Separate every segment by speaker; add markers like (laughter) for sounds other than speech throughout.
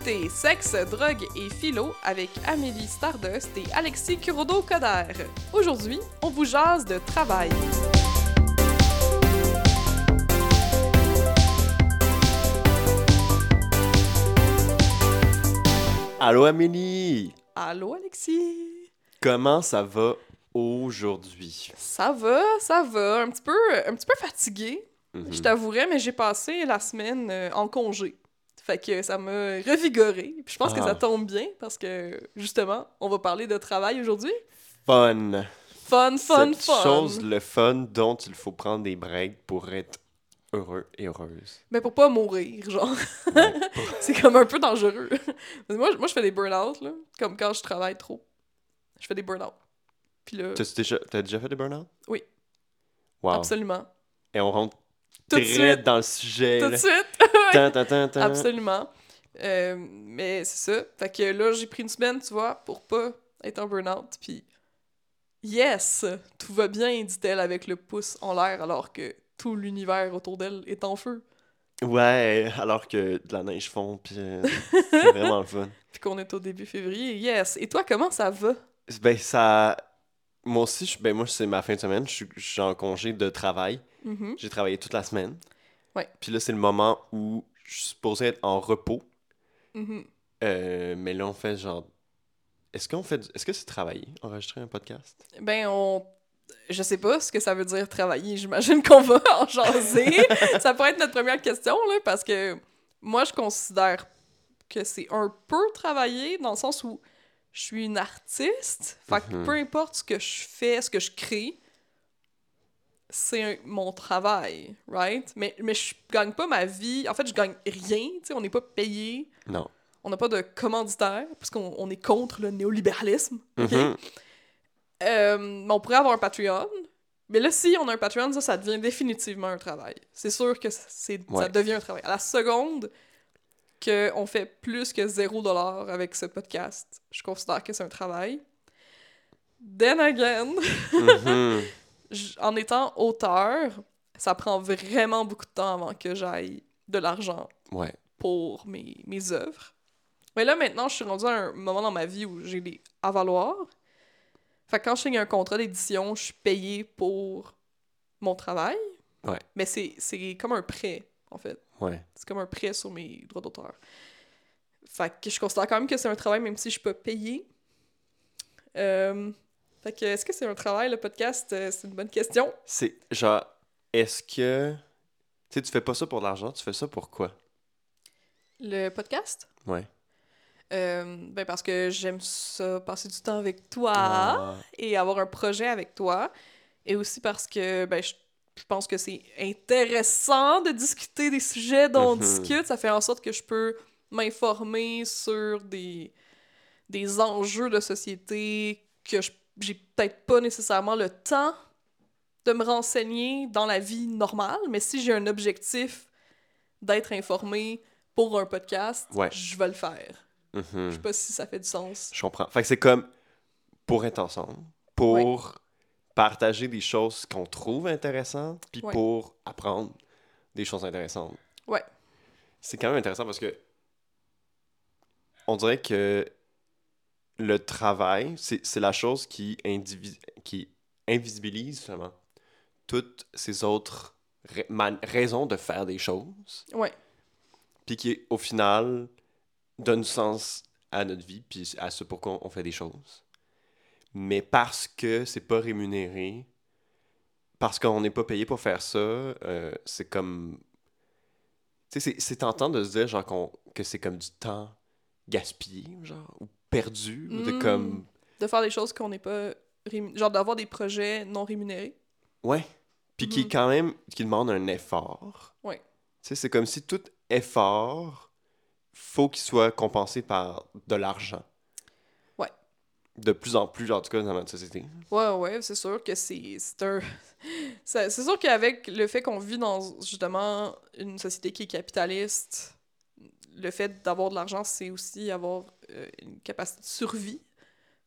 Speaker 1: c'est Sexe, Drogue et Philo avec Amélie Stardust et Alexis Curodo-Coder. Aujourd'hui, on vous jase de travail.
Speaker 2: Allô Amélie,
Speaker 1: Allô, Alexis?
Speaker 2: comment ça va aujourd'hui?
Speaker 1: Ça va, ça va. Un petit peu, un petit peu fatigué,
Speaker 2: Mhm.
Speaker 1: je t'avouerais, mais j'ai passé la semaine euh, en congé. Fait que ça m'a revigoré. Puis je pense que
Speaker 2: Ah.
Speaker 1: ça tombe bien parce que, justement, on va parler de travail aujourd'hui.
Speaker 2: Fun.
Speaker 1: Fun, fun,
Speaker 2: Cette
Speaker 1: fun!
Speaker 2: chose, le fun dont il faut prendre des breaks pour être heureux et heureuse.
Speaker 1: Mais Ben, pour pas mourir, genre.
Speaker 2: Ouais.
Speaker 1: (laughs) c'est comme un peu dangereux. (laughs) moi, je- moi, je fais des burn-out, là. Comme quand je travaille trop. Je fais des burn-out. Puis là,
Speaker 2: T'as déjà, t'as déjà fait des burn-out?
Speaker 1: Oui.
Speaker 2: Wow.
Speaker 1: absolument.
Speaker 2: Et on rentre
Speaker 1: Tout de
Speaker 2: direct
Speaker 1: suite.
Speaker 2: dans le sujet.
Speaker 1: Tout de
Speaker 2: là.
Speaker 1: suite.
Speaker 2: Tan, tan, tan, tan.
Speaker 1: absolument. Euh, mais c'est ça. Fait que là, j'ai pris une semaine, tu vois, pour pas être en burn-out. Puis, yes, tout va bien, dit-elle avec le pouce en l'air, alors que tout l'univers autour d'elle est en feu.
Speaker 2: Ouais, alors que de la neige fond, puis
Speaker 1: (laughs)
Speaker 2: euh, c'est vraiment le fun.
Speaker 1: Puis qu'on est au début février. Yes. Et toi, comment ça va?
Speaker 2: Ben ça... Moi aussi, je- ben moi c'est ma fin de semaine, je suis- je suis en congé de travail.
Speaker 1: Mhm.
Speaker 2: J'ai travaillé toute la semaine.
Speaker 1: Ouais.
Speaker 2: Puis là, c'est le moment où je suis supposé être en repos.
Speaker 1: Mhm.
Speaker 2: Euh, mais là, on fait genre. Est-ce qu'on fait. du- Est-ce que c'est travailler, enregistrer un podcast?
Speaker 1: Ben, on. Je sais pas ce que ça veut dire travailler. (laughs) J'imagine qu'on va en
Speaker 2: (laughs)
Speaker 1: jaser. ça pourrait être notre première question, là, parce que moi, je considère que c'est un peu travailler dans le sens où je suis une artiste. Fait que
Speaker 2: Mhm.
Speaker 1: peu importe ce que je fais, ce que je crée, c'est un- mon travail, right? Mais, mais je gagne pas ma vie. En fait, je gagne rien. Tu sais, on n'est pas payé.
Speaker 2: Non.
Speaker 1: On n'a pas de commanditaire, puisqu'on on est contre le néolibéralisme. ok?
Speaker 2: Mhm.
Speaker 1: Euh, mais on pourrait avoir un Patreon. Mais là, si on a un Patreon, ça, ça devient définitivement un travail. C'est sûr que c'est, ça
Speaker 2: Ouais.
Speaker 1: devient un travail. À la seconde qu'on fait plus que 0$ avec ce podcast, je considère que c'est un travail. Then again, (laughs)
Speaker 2: Mhm.
Speaker 1: j- en étant auteur, ça prend vraiment beaucoup de temps avant que j'aille de l'argent
Speaker 2: Ouais.
Speaker 1: pour mes, mes œuvres. Mais là, maintenant, je suis rendue à un moment dans ma vie où j'ai des avaloirs. Fait que quand je signe un contrat d'édition, je suis payée pour mon travail.
Speaker 2: Ouais.
Speaker 1: Mais c'est c'est comme un prêt, en fait.
Speaker 2: Ouais.
Speaker 1: C'est comme un prêt sur mes droits d'auteur. Fait que je considère quand même que c'est un travail, même si je suis pas payée. Euh, fait que est-ce que c'est un travail, le podcast? Euh, C'est une bonne question.
Speaker 2: C'est genre. Est-ce que. Tu sais, tu fais pas ça pour de l'argent, tu fais ça pour quoi?
Speaker 1: Le podcast?
Speaker 2: Ouais.
Speaker 1: Euh, ben parce que j'aime ça, passer du temps avec toi.
Speaker 2: Ah.
Speaker 1: et avoir un projet avec toi. Et aussi parce que ben, je, je pense que c'est intéressant de discuter des sujets dont on
Speaker 2: Mhm.
Speaker 1: discute. Ça fait en sorte que je peux m'informer sur des, des enjeux de société que je- j'ai peut-être pas nécessairement le temps de me renseigner dans la vie normale. Mais si j'ai un objectif d'être informé pour un podcast,
Speaker 2: Ouais.
Speaker 1: je vais le faire. Je
Speaker 2: Mhm.
Speaker 1: sais pas si ça fait du sens.
Speaker 2: Je comprends. Fait que c'est comme pour être ensemble, pour partager des choses qu'on trouve intéressantes, puis
Speaker 1: Ouais.
Speaker 2: pour apprendre des choses intéressantes.
Speaker 1: Ouais.
Speaker 2: C'est quand même intéressant parce que on dirait que le travail, c'est c'est la chose qui, indivi- qui invisibilise justement toutes ces autres ra- man- raisons de faire des choses
Speaker 1: Ouais.
Speaker 2: puis qui, au final, donne sens à notre vie, puis à ce pourquoi on fait des choses. Mais parce que c'est pas rémunéré, parce qu'on n'est pas payé pour faire ça, euh, c'est comme. Tu sais, c'est- c'est tentant de se dire, genre, qu'on- que c'est comme du temps gaspillé, genre, ou perdu, ou de
Speaker 1: Mm.
Speaker 2: comme.
Speaker 1: de faire des choses qu'on n'est pas rému- genre d'avoir des projets non rémunérés.
Speaker 2: Ouais. Puis qui
Speaker 1: Mhm.
Speaker 2: est quand même qui demande un effort.
Speaker 1: Ouais.
Speaker 2: Tu sais, c'est comme si tout effort faut qu'il soit compensé par de l'argent.
Speaker 1: Ouais.
Speaker 2: De plus en plus, en tout cas, dans notre société.
Speaker 1: Ouais, ouais, c'est sûr que c'est c'est un (laughs) ça- c'est sûr qu'avec le fait qu'on vit dans justement une société qui est capitaliste, le fait d'avoir de l'argent, c'est aussi avoir euh, une capacité de survie.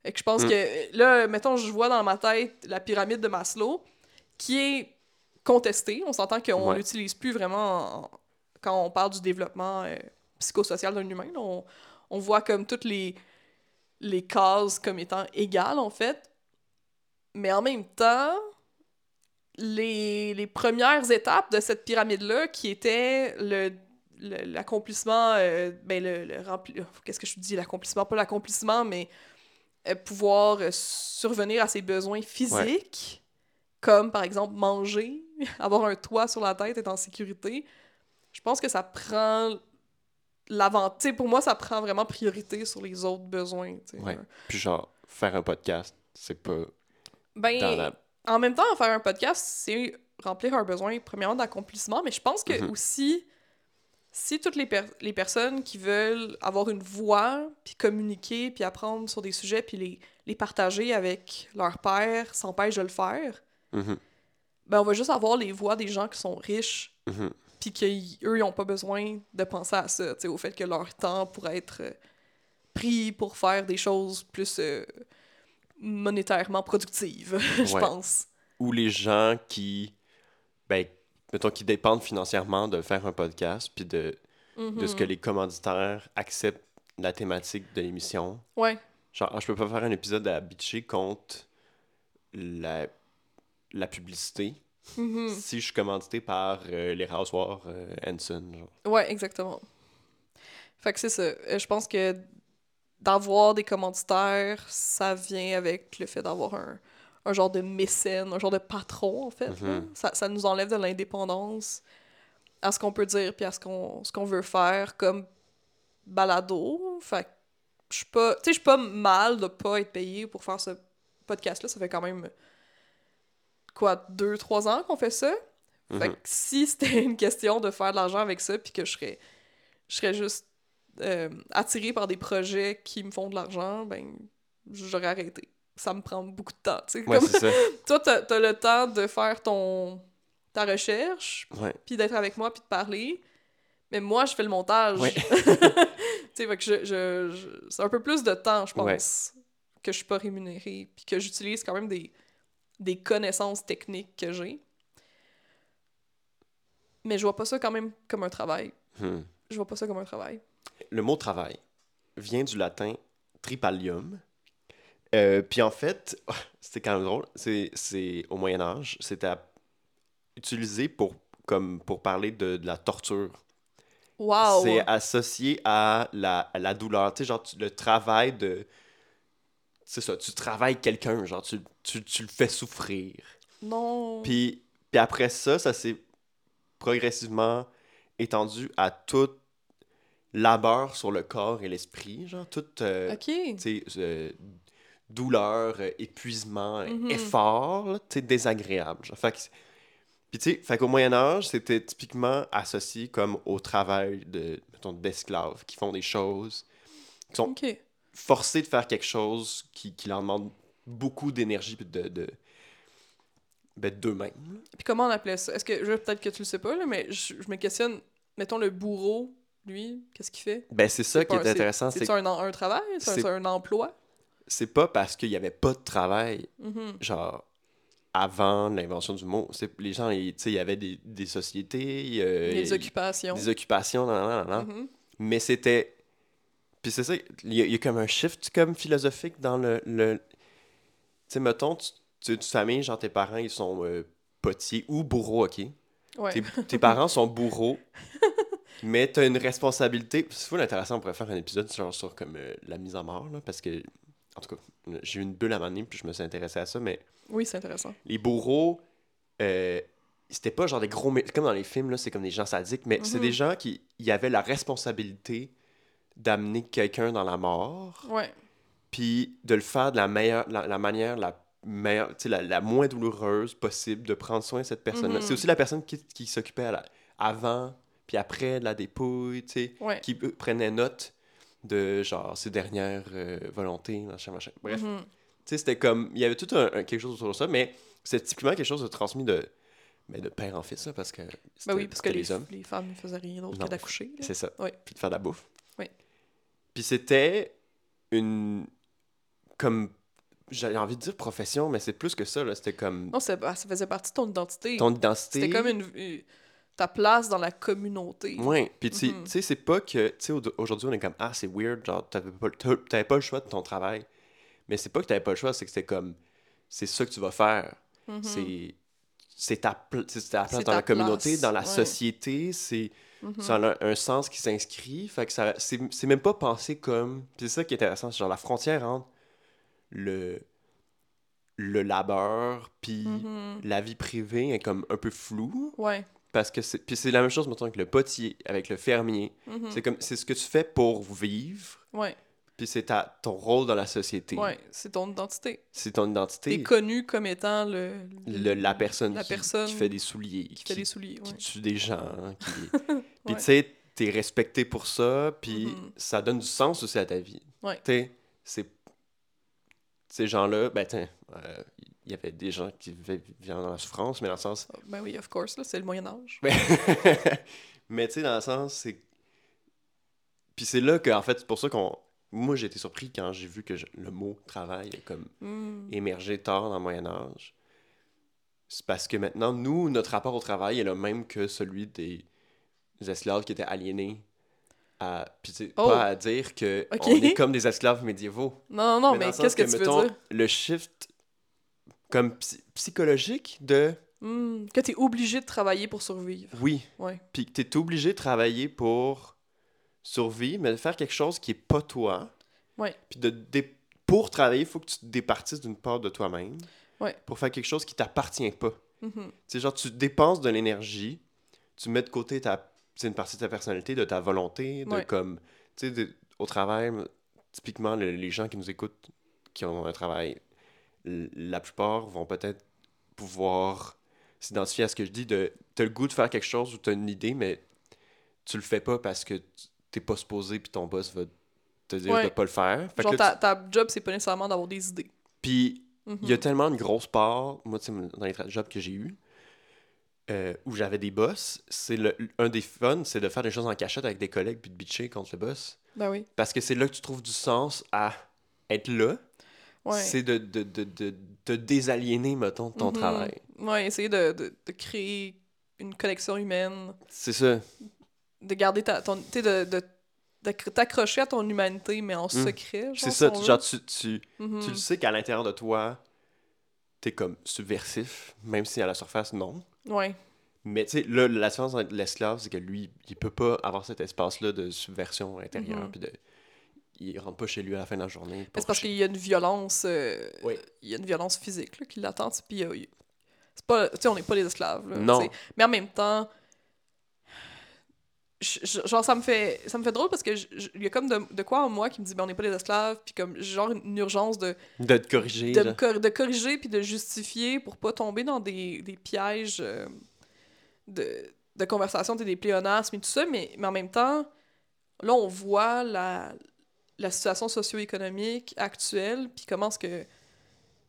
Speaker 1: Et que je pense
Speaker 2: Mm.
Speaker 1: que là, mettons, je vois dans ma tête la pyramide de Maslow qui est contestée. On s'entend qu'on
Speaker 2: Ouais.
Speaker 1: l'utilise plus vraiment en- quand on parle du développement euh, psychosocial d'un humain. là. On, on voit comme toutes les, les cases comme étant égales, en fait. Mais en même temps, les, les premières étapes de cette pyramide-là, qui était le le- l'accomplissement, euh, ben le, le rempli- euh, qu'est-ce que je dis, l'accomplissement, pas l'accomplissement, mais euh, pouvoir euh, survenir à ses besoins physiques, comme par exemple manger, (laughs) avoir un toit sur la tête, être en sécurité. Je pense que ça prend l'avant. tu sais, Pour moi, ça prend vraiment priorité sur les autres besoins. tu sais.
Speaker 2: Ouais. Puis genre, faire un podcast, c'est pas
Speaker 1: Ben,
Speaker 2: dans la...
Speaker 1: en même temps, faire un podcast, c'est remplir un besoin, premièrement, d'accomplissement, mais je pense que
Speaker 2: Mhm.
Speaker 1: aussi, si toutes les, per- les personnes qui veulent avoir une voix, puis communiquer, puis apprendre sur des sujets, puis les, les partager avec leur père, s'empêchent de le faire,
Speaker 2: Mhm,
Speaker 1: ben on va juste avoir les voix des gens qui sont riches,
Speaker 2: mhm.
Speaker 1: puis qu'eux, ils n'ont pas besoin de penser à ça, tu sais, au fait que leur temps pourrait être euh, pris pour faire des choses plus euh, monétairement productives, (laughs) je
Speaker 2: Ouais.
Speaker 1: pense.
Speaker 2: Ou les gens qui, ben, mettons, qui dépendent financièrement de faire un podcast, puis de, de ce que
Speaker 1: Mhm.
Speaker 2: les commanditaires acceptent la thématique de l'émission.
Speaker 1: Ouais.
Speaker 2: Genre, ah, je peux pas faire un épisode à bitcher contre la, la publicité
Speaker 1: Mhm.
Speaker 2: si je suis commandité par euh, les rasoirs euh, Henson. genre.
Speaker 1: Ouais, exactement. Fait que c'est ça. Euh, Je pense que d'avoir des commanditaires, ça vient avec le fait d'avoir un, un genre de mécène, un genre de patron, en fait. là.
Speaker 2: Mhm.
Speaker 1: ça, ça nous enlève de l'indépendance à ce qu'on peut dire puis à ce qu'on ce qu'on veut faire comme balado. Fait que je suis pas... Tu sais, je suis pas mal de pas être payé pour faire ce podcast-là. Ça fait quand même, quoi, deux, trois ans qu'on fait ça. Fait
Speaker 2: Mhm.
Speaker 1: que si (laughs) c'était une question de faire de l'argent avec ça, puis que je serais, je serais juste euh, attirée par des projets qui me font de l'argent, ben, j'aurais arrêté. Ça me prend beaucoup de temps. tu sais,
Speaker 2: Ouais,
Speaker 1: comme- (laughs)
Speaker 2: c'est ça.
Speaker 1: Toi, t'as t'as le temps de faire ton ta recherche,
Speaker 2: Ouais.
Speaker 1: puis d'être avec moi, puis de parler. Mais moi, je fais le montage.
Speaker 2: Ouais.
Speaker 1: (laughs) tu sais, fait que je, je- je- c'est un peu plus de temps, je pense, que je suis pas rémunérée, puis que j'utilise quand même des, des connaissances techniques que j'ai. Mais je vois pas ça quand même comme un travail.
Speaker 2: Hmm.
Speaker 1: Je vois pas ça comme un travail.
Speaker 2: Le mot travail vient du latin tripalium. Euh, puis en fait, (laughs) c'était quand même drôle, c'est, c'est au Moyen Âge, c'était à- utilisé pour, comme pour parler de, de la torture.
Speaker 1: Wow!
Speaker 2: C'est associé à la, à la douleur, tu sais, genre tu- le travail de... C'est ça, tu travailles quelqu'un, genre tu, tu, tu le fais souffrir.
Speaker 1: Non!
Speaker 2: Puis, puis après ça, ça s'est progressivement étendu à tout labeur sur le corps et l'esprit, genre toute euh,
Speaker 1: ok!
Speaker 2: tu sais, euh, douleur, euh, épuisement, euh,
Speaker 1: Mhm.
Speaker 2: effort, là, tu sais, désagréable. genre. Fait que c'est- puis tu sais, fait qu'au Moyen Âge, c'était typiquement associé comme au travail de mettons, d'esclaves qui font des choses, qui sont
Speaker 1: Ok.
Speaker 2: forcés de faire quelque chose qui, qui leur demande beaucoup d'énergie puis de, de ben, d'eux-mêmes.
Speaker 1: Puis comment on appelait ça? Est-ce que, je- peut-être que tu le sais pas, là, mais je, je me questionne, mettons le bourreau, lui, qu'est-ce qu'il fait?
Speaker 2: Ben, c'est ça
Speaker 1: C'est
Speaker 2: qui
Speaker 1: pas
Speaker 2: est
Speaker 1: un-
Speaker 2: intéressant. C'est
Speaker 1: C'est un, en- un travail? C'est un-
Speaker 2: c'est-
Speaker 1: c'est un, emploi?
Speaker 2: c'est pas parce qu'il n'y avait pas de travail,
Speaker 1: Mhm.
Speaker 2: genre, avant l'invention du mot. C'est- Les gens, ils- tu sais, il y avait des, des sociétés, euh,
Speaker 1: Les
Speaker 2: il-
Speaker 1: occupations.
Speaker 2: des hein? occupations, nan, nan, nan, nan.
Speaker 1: Mhm.
Speaker 2: mais c'était. Puis c'est ça, il y, a- il y a comme un shift comme philosophique dans le. le... Tu sais, mettons, tu, tu, tu famille, genre, tes parents, ils sont euh, potiers ou bourreaux, ok?
Speaker 1: Ouais. (laughs)
Speaker 2: Tes, tes parents sont bourreaux, mais t'as une responsabilité. C'est fou intéressant, on pourrait faire un épisode genre sur comme euh, la mise en mort, là, parce que, en tout cas, j'ai eu une bulle à un moment donné, puis je me suis intéressé à ça, mais
Speaker 1: Oui, c'est intéressant.
Speaker 2: les bourreaux, euh, c'était pas genre des gros... mé- Comme dans les films, là, c'est comme des gens sadiques, mais c'est
Speaker 1: Mhm.
Speaker 2: des gens qui y avaient la responsabilité d'amener quelqu'un dans la mort,
Speaker 1: Ouais.
Speaker 2: puis de le faire de la meilleure, la, la manière la meilleure, tu sais, la, la moins douloureuse possible, de prendre soin de cette personne-là.
Speaker 1: Mhm.
Speaker 2: C'est aussi la personne qui, qui s'occupait à la- avant, puis après de la dépouille, tu sais,
Speaker 1: Ouais.
Speaker 2: qui euh, prenait note de genre ses dernières euh, volontés, machin, machin. Bref,
Speaker 1: Mhm.
Speaker 2: tu sais, c'était comme, il y avait tout un, un- quelque chose autour de ça, mais c'était typiquement quelque chose de transmis de, mais de père en fils, là, parce que
Speaker 1: Ben
Speaker 2: c'était-
Speaker 1: oui, parce que
Speaker 2: c'était
Speaker 1: les, les femmes ne faisaient rien d'autre
Speaker 2: Non.
Speaker 1: que d'accoucher. là.
Speaker 2: c'est ça.
Speaker 1: Ouais.
Speaker 2: Puis de faire de la bouffe.
Speaker 1: Oui.
Speaker 2: Puis c'était une. Comme. J'avais envie de dire profession, mais c'est plus que ça, là. C'était comme
Speaker 1: Non, c'est- ah, ça faisait partie de ton identité.
Speaker 2: ton identité.
Speaker 1: C'était comme une. euh, ta place dans la communauté.
Speaker 2: Ouais, puis tu sais-
Speaker 1: Mhm.
Speaker 2: tu sais, c'est pas que, tu sais, au- aujourd'hui, on est comme, ah, c'est weird, genre, t'avais pas, t'as- t'avais pas le choix de ton travail. Mais c'est pas que t'avais pas le choix, c'est que c'était comme, c'est ça que tu vas faire.
Speaker 1: Mhm.
Speaker 2: C'est c'est ta, pl- c'est ta place
Speaker 1: C'est
Speaker 2: dans
Speaker 1: ta
Speaker 2: la communauté,
Speaker 1: place,
Speaker 2: dans la
Speaker 1: ouais.
Speaker 2: société, c'est
Speaker 1: Mhm.
Speaker 2: ça a un sens qui s'inscrit, fait que ça c'est c'est même pas pensé comme puis c'est ça qui est intéressant, c'est genre la frontière entre le le labeur puis
Speaker 1: Mhm.
Speaker 2: la vie privée est comme un peu floue
Speaker 1: Ouais.
Speaker 2: parce que c'est puis c'est la même chose mettons avec le potier, avec le fermier.
Speaker 1: Mhm.
Speaker 2: C'est comme c'est ce que tu fais pour vivre,
Speaker 1: Ouais.
Speaker 2: puis c'est ta ton rôle dans la société.
Speaker 1: Ouais. C'est ton identité.
Speaker 2: C'est ton
Speaker 1: T'es
Speaker 2: identité,
Speaker 1: connu comme étant le,
Speaker 2: le- la personne,
Speaker 1: la
Speaker 2: qui,
Speaker 1: personne
Speaker 2: qui fait des souliers,
Speaker 1: qui fait les souliers.
Speaker 2: qui
Speaker 1: ouais.
Speaker 2: tue des gens, hein,
Speaker 1: (laughs)
Speaker 2: qui Puis
Speaker 1: Ouais.
Speaker 2: tu sais, t'es respecté pour ça, puis
Speaker 1: Mhm.
Speaker 2: ça donne du sens aussi à ta vie.
Speaker 1: Ouais.
Speaker 2: Tu sais, c'est... Ces gens-là, ben tiens, euh, il y avait des gens qui vivaient, vivaient dans la souffrance, mais dans le sens... (laughs)
Speaker 1: Ah, Ben oui, of course, là, c'est le Moyen Âge.
Speaker 2: Mais, mais tu sais, dans le sens, c'est... Puis c'est là que, en fait, c'est pour ça qu'on... Moi, j'ai été surpris quand j'ai vu que je- le mot « travail » est comme
Speaker 1: Hmm.
Speaker 2: émergé tard dans le Moyen Âge. C'est parce que maintenant, nous, notre rapport au travail est le même que celui des esclaves qui étaient aliénés. À... Puis tu sais,
Speaker 1: Oh.
Speaker 2: pas à dire que
Speaker 1: Ok.
Speaker 2: on est comme des esclaves médiévaux.
Speaker 1: Non, non, non,
Speaker 2: dans
Speaker 1: mais,
Speaker 2: le sens
Speaker 1: qu'est-ce que, tu
Speaker 2: mettons,
Speaker 1: veux dire?
Speaker 2: Le shift comme psy- psychologique de
Speaker 1: Hmm, Que t'es obligé de travailler pour survivre.
Speaker 2: oui,
Speaker 1: Ouais.
Speaker 2: puis que t'es obligé de travailler pour survivre, mais de faire quelque chose qui est pas toi.
Speaker 1: Ouais.
Speaker 2: Puis de dé- pour travailler, il faut que tu te départisses d'une part de toi-même.
Speaker 1: Ouais.
Speaker 2: Pour faire quelque chose qui t'appartient pas.
Speaker 1: Mhm.
Speaker 2: C'est genre, tu dépenses de l'énergie, tu mets de côté ta, c'est une partie de ta personnalité, de ta volonté, de
Speaker 1: Ouais.
Speaker 2: comme, tu sais, de- au travail, typiquement, le- les gens qui nous écoutent, qui ont un travail, l- la plupart vont peut-être pouvoir s'identifier à ce que je dis, de, t'as le goût de faire quelque chose ou t'as une idée, mais tu le fais pas parce que tu- t'es pas supposé, puis ton boss va te dire
Speaker 1: Ouais.
Speaker 2: de pas le faire. Fait que
Speaker 1: Genre,
Speaker 2: là,
Speaker 1: ta, ta job, c'est pas nécessairement d'avoir des idées.
Speaker 2: tu- Puis
Speaker 1: Mhm.
Speaker 2: il y a tellement une grosse part, moi, tu sais, dans les tra- jobs que j'ai eus, euh, où j'avais des boss, c'est le- un des fun, c'est de faire des choses en cachette avec des collègues puis de bitcher contre le boss.
Speaker 1: Ben oui.
Speaker 2: Parce que c'est là que tu trouves du sens à être là.
Speaker 1: Ouais.
Speaker 2: C'est de, de, de, de, de désaliéner, mettons, de ton
Speaker 1: Mhm.
Speaker 2: travail.
Speaker 1: Ouais, essayer de, de- de créer une connexion humaine,
Speaker 2: C'est ça.
Speaker 1: de garder ta, ton, t'sais, de, de, d'accro- t'accrocher à ton humanité, mais en secret. si
Speaker 2: C'est ça.
Speaker 1: on
Speaker 2: tu-
Speaker 1: veut.
Speaker 2: Genre, tu, tu,
Speaker 1: Mhm.
Speaker 2: tu le sais qu'à l'intérieur de toi, t'es comme subversif, même si à la surface, non.
Speaker 1: Ouais.
Speaker 2: Mais tu sais, là, la différence entre l'esclave, c'est que lui, il peut pas avoir cet espace-là de subversion intérieure,
Speaker 1: Mhm.
Speaker 2: puis de... Il rentre pas chez lui à la fin de la journée.
Speaker 1: Mais
Speaker 2: pour
Speaker 1: C'est parce
Speaker 2: chez-
Speaker 1: qu'il y a une violence. euh,
Speaker 2: Oui.
Speaker 1: Il y a une violence physique là, qui l'attend. t'sais, Puis euh, c'est pas, t'sais, on n'est pas des esclaves. là,
Speaker 2: Non.
Speaker 1: t'sais. Mais en même temps, je- je- genre ça me fait ça me fait drôle parce que je- je- il y a comme de, de quoi en moi qui me dit ben on n'est pas des esclaves puis comme genre une- une urgence de
Speaker 2: De te corriger,
Speaker 1: de, me
Speaker 2: là.
Speaker 1: cor- de corriger puis de justifier pour pas tomber dans des, des pièges euh, de, de conversation, t'sais, des pléonasmes et tout ça, mais, mais en même temps, là, on voit la, la situation socio-économique actuelle, puis comment est-ce que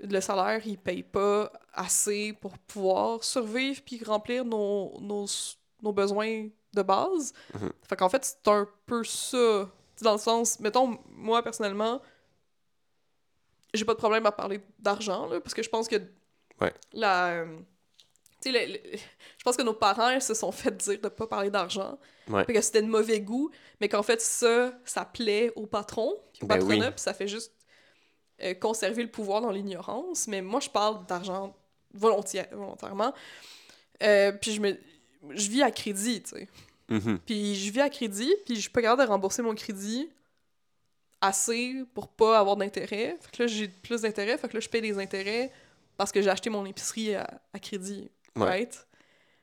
Speaker 1: le salaire, il paye pas assez pour pouvoir survivre puis remplir nos, nos, nos besoins de base.
Speaker 2: Mhm.
Speaker 1: Fait qu'en fait, c'est un peu ça. T'sais, Dans le sens, mettons, moi, personnellement, j'ai pas de problème à parler d'argent, là, parce que je pense que
Speaker 2: Ouais.
Speaker 1: la... euh, Tu sais, le- le- je pense que nos parents, ils se sont fait dire de pas parler d'argent,
Speaker 2: Ouais.
Speaker 1: Fait que c'était de mauvais goût, mais qu'en fait, ça, ça plaît au patron, puis au
Speaker 2: Ben oui.
Speaker 1: patronat, puis ça fait juste euh, conserver le pouvoir dans l'ignorance. Mais moi, je parle d'argent volontiers- volontairement, Euh, puis je me... Je vis à crédit, tu sais.
Speaker 2: Mhm.
Speaker 1: Puis je vis à crédit, puis je suis pas capable de rembourser mon crédit assez pour pas avoir d'intérêt. Fait que là, j'ai plus d'intérêt, fait que là, je paye des intérêts parce que j'ai acheté mon épicerie à, à crédit,
Speaker 2: Ouais.
Speaker 1: right?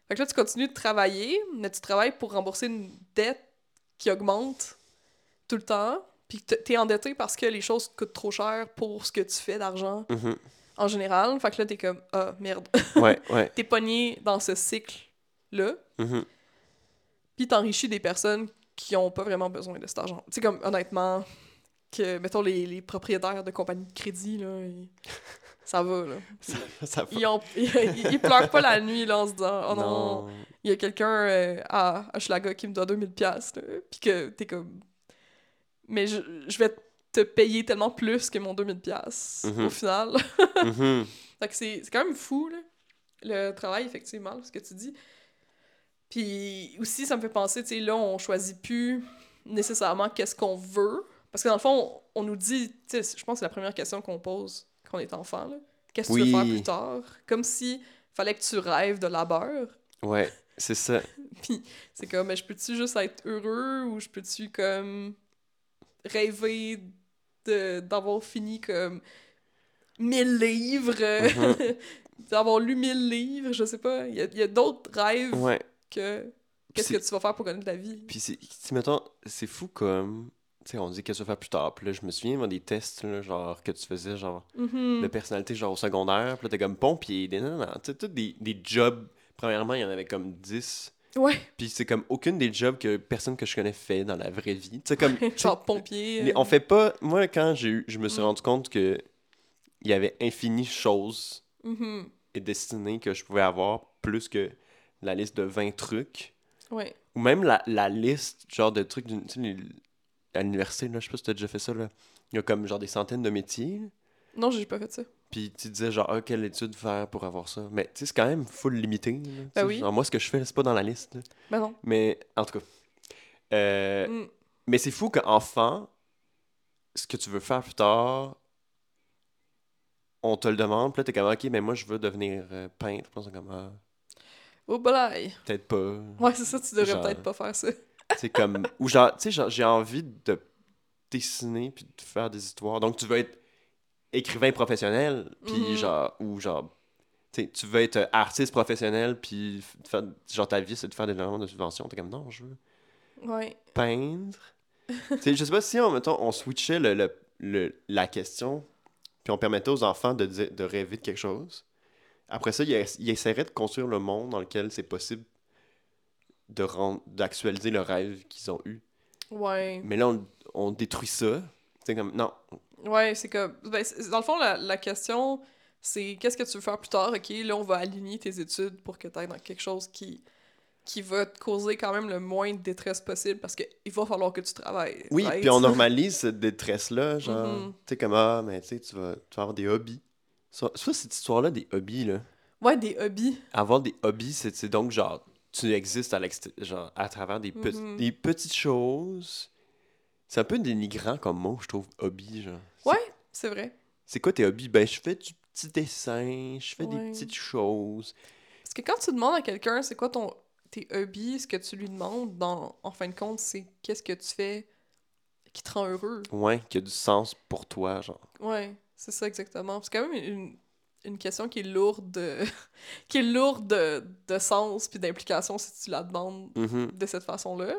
Speaker 1: Fait que là, tu continues de travailler, mais tu travailles pour rembourser une dette qui augmente tout le temps, puis que t- t'es endetté parce que les choses coûtent trop cher pour ce que tu fais d'argent
Speaker 2: Mhm.
Speaker 1: en général. Fait que là, t'es comme « Ah, merde! (laughs)
Speaker 2: Ouais, ouais. »
Speaker 1: T'es pogné dans ce cycle-là
Speaker 2: Mhm. (laughs)
Speaker 1: puis t'enrichis des personnes qui ont pas vraiment besoin de cet argent. Tu sais, comme, honnêtement, que, mettons, les, les propriétaires de compagnies de crédit, là, (laughs) ils- ça va, là.
Speaker 2: Ça, ça va.
Speaker 1: Ils, ont- (laughs) ils- ils pleurent pas la nuit, là, en se disant « Oh non,
Speaker 2: Non.
Speaker 1: il y a quelqu'un euh, à Hochelaga qui me doit 2000 pièces Puis que t'es comme « Mais je, je vais te payer tellement plus que mon 2000 pièces
Speaker 2: Mhm.
Speaker 1: au final. »
Speaker 2: Mhm.
Speaker 1: Fait que c'est c'est quand même fou, là, le travail, effectivement, là, ce que tu dis. Puis aussi, ça me fait penser, tu sais, là, on choisit plus nécessairement qu'est-ce qu'on veut. Parce que dans le fond, on nous dit, tu sais, je pense que c'est la première question qu'on pose quand on est enfant, là. Qu'est-ce que tu veux
Speaker 2: Oui.
Speaker 1: faire plus tard? Comme si fallait que tu rêves de labeur.
Speaker 2: Ouais, c'est ça.
Speaker 1: C'est comme, mais je peux-tu juste être heureux ou je peux-tu comme rêver de- d'avoir fini comme 1000 livres,
Speaker 2: Uh-huh.
Speaker 1: (laughs) d'avoir lu 1000 livres, je sais pas. Il y a, il y a d'autres rêves
Speaker 2: Ouais.
Speaker 1: que qu'est-ce
Speaker 2: C'est-
Speaker 1: que tu vas faire pour gagner de la vie.
Speaker 2: Puis, c'est- si, mettons, c'est fou comme. Tu sais, on dit qu'est-ce que tu vas faire plus tard. Puis là, je me souviens, dans des tests, là, genre, que tu faisais, genre,
Speaker 1: Mhm.
Speaker 2: de personnalité, genre, au secondaire. Puis là, t'es comme pompier. Des, non, non, non. Tu sais, tous des, des jobs. Premièrement, il y en avait comme 10.
Speaker 1: Ouais,
Speaker 2: Puis c'est comme aucune des jobs que personne que je connais fait dans la vraie vie. Tu sais, comme. tu
Speaker 1: (laughs)
Speaker 2: sais,
Speaker 1: genre pompier.
Speaker 2: les- on fait pas. Moi, quand j'ai eu. Je me suis
Speaker 1: Mm.
Speaker 2: rendu compte que. Il y avait infini de choses
Speaker 1: Mhm.
Speaker 2: et destinées que je pouvais avoir plus que la liste de 20 trucs.
Speaker 1: Ouais.
Speaker 2: Ou même la, la liste, genre de trucs d'une. Tu sais, les- à l'université, là, je sais pas si t'as déjà fait ça, là. Il y a comme genre des centaines de métiers. là.
Speaker 1: Non, j'ai pas fait ça.
Speaker 2: Puis tu disais genre, ah, quelle étude faire pour avoir ça. Mais tu sais, c'est quand même full limité. là, tu sais,
Speaker 1: oui.
Speaker 2: Genre, moi, ce que je fais, là, c'est pas dans la liste. là.
Speaker 1: Ben non.
Speaker 2: Mais en tout cas. Euh,
Speaker 1: Mm.
Speaker 2: Mais c'est fou qu'enfant, ce que tu veux faire plus tard, on te le demande. Puis là, t'es comme, ok, mais moi, je veux devenir euh, peintre. Puis là, c'est comme, Ah,
Speaker 1: Oh, balaye.
Speaker 2: peut-être pas.
Speaker 1: Ouais, c'est ça, tu devrais
Speaker 2: Genre-
Speaker 1: peut-être pas faire ça.
Speaker 2: C'est comme. Ou genre, tu sais, genre, j'ai envie de dessiner puis de faire des histoires. Donc, tu veux être écrivain professionnel, puis
Speaker 1: Mhm.
Speaker 2: genre, ou genre, tu sais, tu veux être artiste professionnel, puis f- faire, genre, ta vie, c'est de faire des demandes de subventions. T'es comme, non, je veux
Speaker 1: Ouais.
Speaker 2: peindre. tu sais, je sais pas si, on, mettons, on switchait le, le- le- la question, puis on permettait aux enfants de, dire- de rêver de quelque chose. Après ça, ils ess- ils essaieraient de construire le monde dans lequel c'est possible de rendre- d'actualiser le rêve qu'ils ont eu.
Speaker 1: Ouais.
Speaker 2: Mais là, on, on détruit ça. C'est comme, non.
Speaker 1: Ouais, c'est comme. ben, c'est- dans le fond, la, la question, c'est qu'est-ce que tu veux faire plus tard? Ok, là, on va aligner tes études pour que tu ailles dans quelque chose qui, qui va te causer quand même le moins de détresse possible parce qu'il va falloir que tu travailles.
Speaker 2: Oui,
Speaker 1: right?
Speaker 2: puis (laughs) on normalise cette détresse-là. Genre,
Speaker 1: Mhm.
Speaker 2: tu sais, comme, ah, mais tu sais, tu vas, tu vas avoir des hobbies. Ça, ça, cette histoire-là des hobbies, là.
Speaker 1: Ouais, des hobbies.
Speaker 2: Avoir des hobbies, c'est c'est donc genre, tu existes à, l'exté- genre, à travers des, pe-
Speaker 1: Mhm.
Speaker 2: des petites choses. C'est un peu dénigrant comme mot, je trouve, hobby, genre. C'est-
Speaker 1: Ouais. C'est vrai.
Speaker 2: C'est quoi tes hobbies? Ben, je fais du petit dessin, je fais
Speaker 1: Ouais.
Speaker 2: des petites choses.
Speaker 1: Parce que quand tu demandes à quelqu'un c'est quoi ton tes hobbies, ce que tu lui demandes, dans, en fin de compte, c'est qu'est-ce que tu fais qui te rend heureux.
Speaker 2: Ouais, qui a du sens pour toi, genre.
Speaker 1: Ouais, c'est ça exactement. C'est quand même une, une question qui est lourde (laughs) de, qui est lourde de, de sens puis d'implication si tu la demandes
Speaker 2: Mhm.
Speaker 1: de cette façon-là.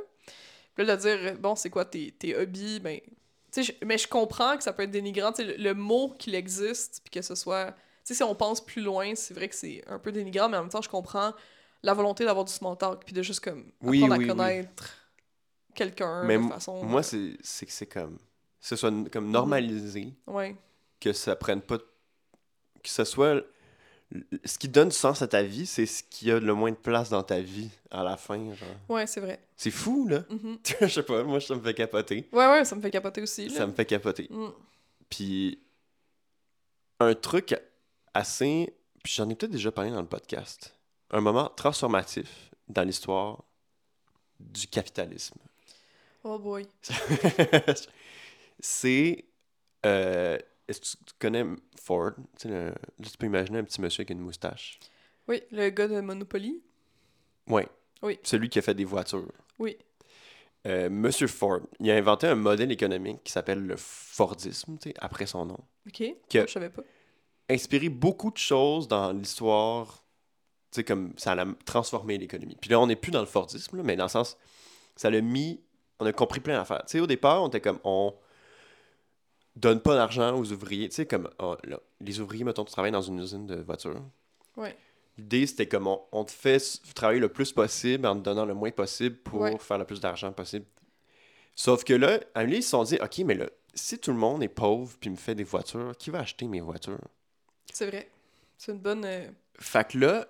Speaker 1: Puis là, de dire, bon, c'est quoi tes, tes hobbies? Ben, tu sais, je- mais je comprends que ça peut être dénigrant. tu sais, Le, le mot qu'il existe, puis que ce soit... Tu sais, si on pense plus loin, c'est vrai que c'est un peu dénigrant, mais en même temps, je comprends la volonté d'avoir du small talk, puis de juste comme apprendre
Speaker 2: Oui,
Speaker 1: à
Speaker 2: oui, oui.
Speaker 1: connaître quelqu'un
Speaker 2: Mais
Speaker 1: de
Speaker 2: m-
Speaker 1: façon...
Speaker 2: Moi, c'est c'est que c'est comme. Que ce soit n- comme normalisé,
Speaker 1: Ouais.
Speaker 2: que ça prenne pas. Que ce soit. l- Ce qui donne sens à ta vie, c'est ce qui a le moins de place dans ta vie à la fin. genre.
Speaker 1: Ouais, c'est vrai.
Speaker 2: C'est fou, là.
Speaker 1: Mhm.
Speaker 2: (laughs) Je sais pas, moi, ça me fait capoter.
Speaker 1: Ouais, ouais, ça me fait capoter aussi, là.
Speaker 2: Ça me fait capoter.
Speaker 1: Mm.
Speaker 2: Puis. Un truc assez. Puis j'en ai peut-être déjà parlé dans le podcast. Un moment transformatif dans l'histoire du capitalisme.
Speaker 1: Oh boy.
Speaker 2: (laughs) c'est. euh, Est-ce que tu- tu connais Ford? Tu, sais, le- là, tu peux imaginer un petit monsieur avec une moustache.
Speaker 1: Oui, le gars de Monopoly.
Speaker 2: Ouais.
Speaker 1: Oui.
Speaker 2: Celui qui a fait des voitures.
Speaker 1: Oui.
Speaker 2: Euh, monsieur Ford, il a inventé un modèle économique qui s'appelle le Fordisme, tu sais, après son nom.
Speaker 1: OK.
Speaker 2: Que-
Speaker 1: Non, Je savais pas.
Speaker 2: Inspiré beaucoup de choses dans l'histoire, tu sais, comme ça a transformé l'économie. Puis là, on n'est plus dans le Fordisme, là, mais dans le sens, ça l'a mis, on a compris plein d'affaires. Tu sais, au départ, on était comme, on donne pas d'argent aux ouvriers. Tu sais, comme, oh, là, les ouvriers, mettons, tu travailles dans une usine de voitures.
Speaker 1: Ouais.
Speaker 2: L'idée, c'était comme on, on te fait s- travailler le plus possible en te donnant le moins possible pour
Speaker 1: Ouais.
Speaker 2: faire le plus d'argent possible. Sauf que là, à un moment donné, ils se sont dit, OK, mais là, si tout le monde est pauvre puis me fait des voitures, qui va acheter mes voitures?
Speaker 1: C'est vrai. C'est une bonne... euh, (laughs)
Speaker 2: Fait que là,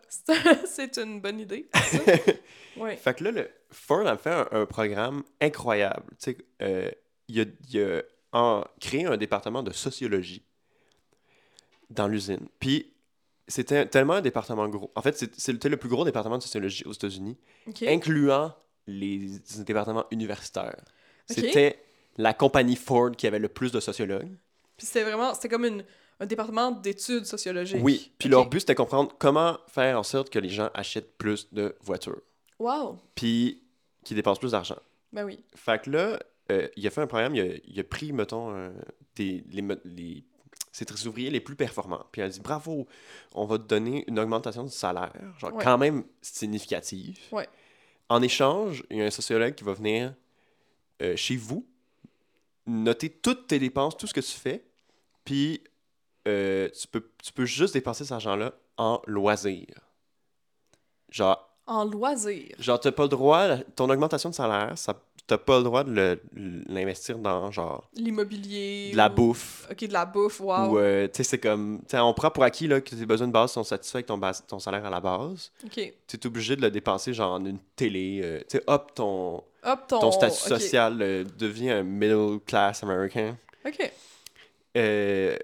Speaker 1: C'est une bonne idée. ça.
Speaker 2: (laughs)
Speaker 1: ouais.
Speaker 2: fait que là le Ford a fait un, un programme incroyable. Tu sais, euh, il a, il a en- créé un département de sociologie dans l'usine. Puis C'était tellement un département gros. En fait, c'est- c'était le plus gros département de sociologie aux États-Unis,
Speaker 1: OK.
Speaker 2: incluant les départements universitaires.
Speaker 1: Ok.
Speaker 2: C'était la compagnie Ford qui avait le plus de sociologues.
Speaker 1: Puis c'était vraiment, c'était comme une, un département d'études sociologiques.
Speaker 2: Oui, puis
Speaker 1: Ok.
Speaker 2: leur but, c'était comprendre comment faire en sorte que les gens achètent plus de voitures,
Speaker 1: Wow!
Speaker 2: puis qu'ils dépensent plus d'argent.
Speaker 1: Ben oui.
Speaker 2: Fait que là, euh, il a fait un programme, il a, il a pris, mettons, euh, des- les, me- les, ses tris- ouvriers les plus performants. Puis il a dit bravo, on va te donner une augmentation de salaire, genre
Speaker 1: Ouais.
Speaker 2: quand même significative.
Speaker 1: Ouais.
Speaker 2: En échange, il y a un sociologue qui va venir euh, chez vous, noter toutes tes dépenses, tout ce que tu fais, puis euh, tu, peux, tu peux juste dépenser cet argent-là en loisirs. Genre,
Speaker 1: En loisirs.
Speaker 2: Genre, t'as pas le droit, ton augmentation de salaire, ça, t'as pas le droit de le- l'investir dans, genre,
Speaker 1: L'immobilier.
Speaker 2: de la
Speaker 1: ou-
Speaker 2: bouffe.
Speaker 1: OK, de la bouffe, wow.
Speaker 2: Ou, euh, tu sais, c'est comme, tu sais, on prend pour acquis là, que tes besoins de base sont satisfaits avec ton, bas- ton salaire à la base.
Speaker 1: OK.
Speaker 2: Tu es obligé de le dépenser, genre, en une télé. euh, tu sais, hop, ton,
Speaker 1: Hop, ton...
Speaker 2: ton statut
Speaker 1: ok.
Speaker 2: social euh, devient un middle class américain.
Speaker 1: OK.
Speaker 2: Euh,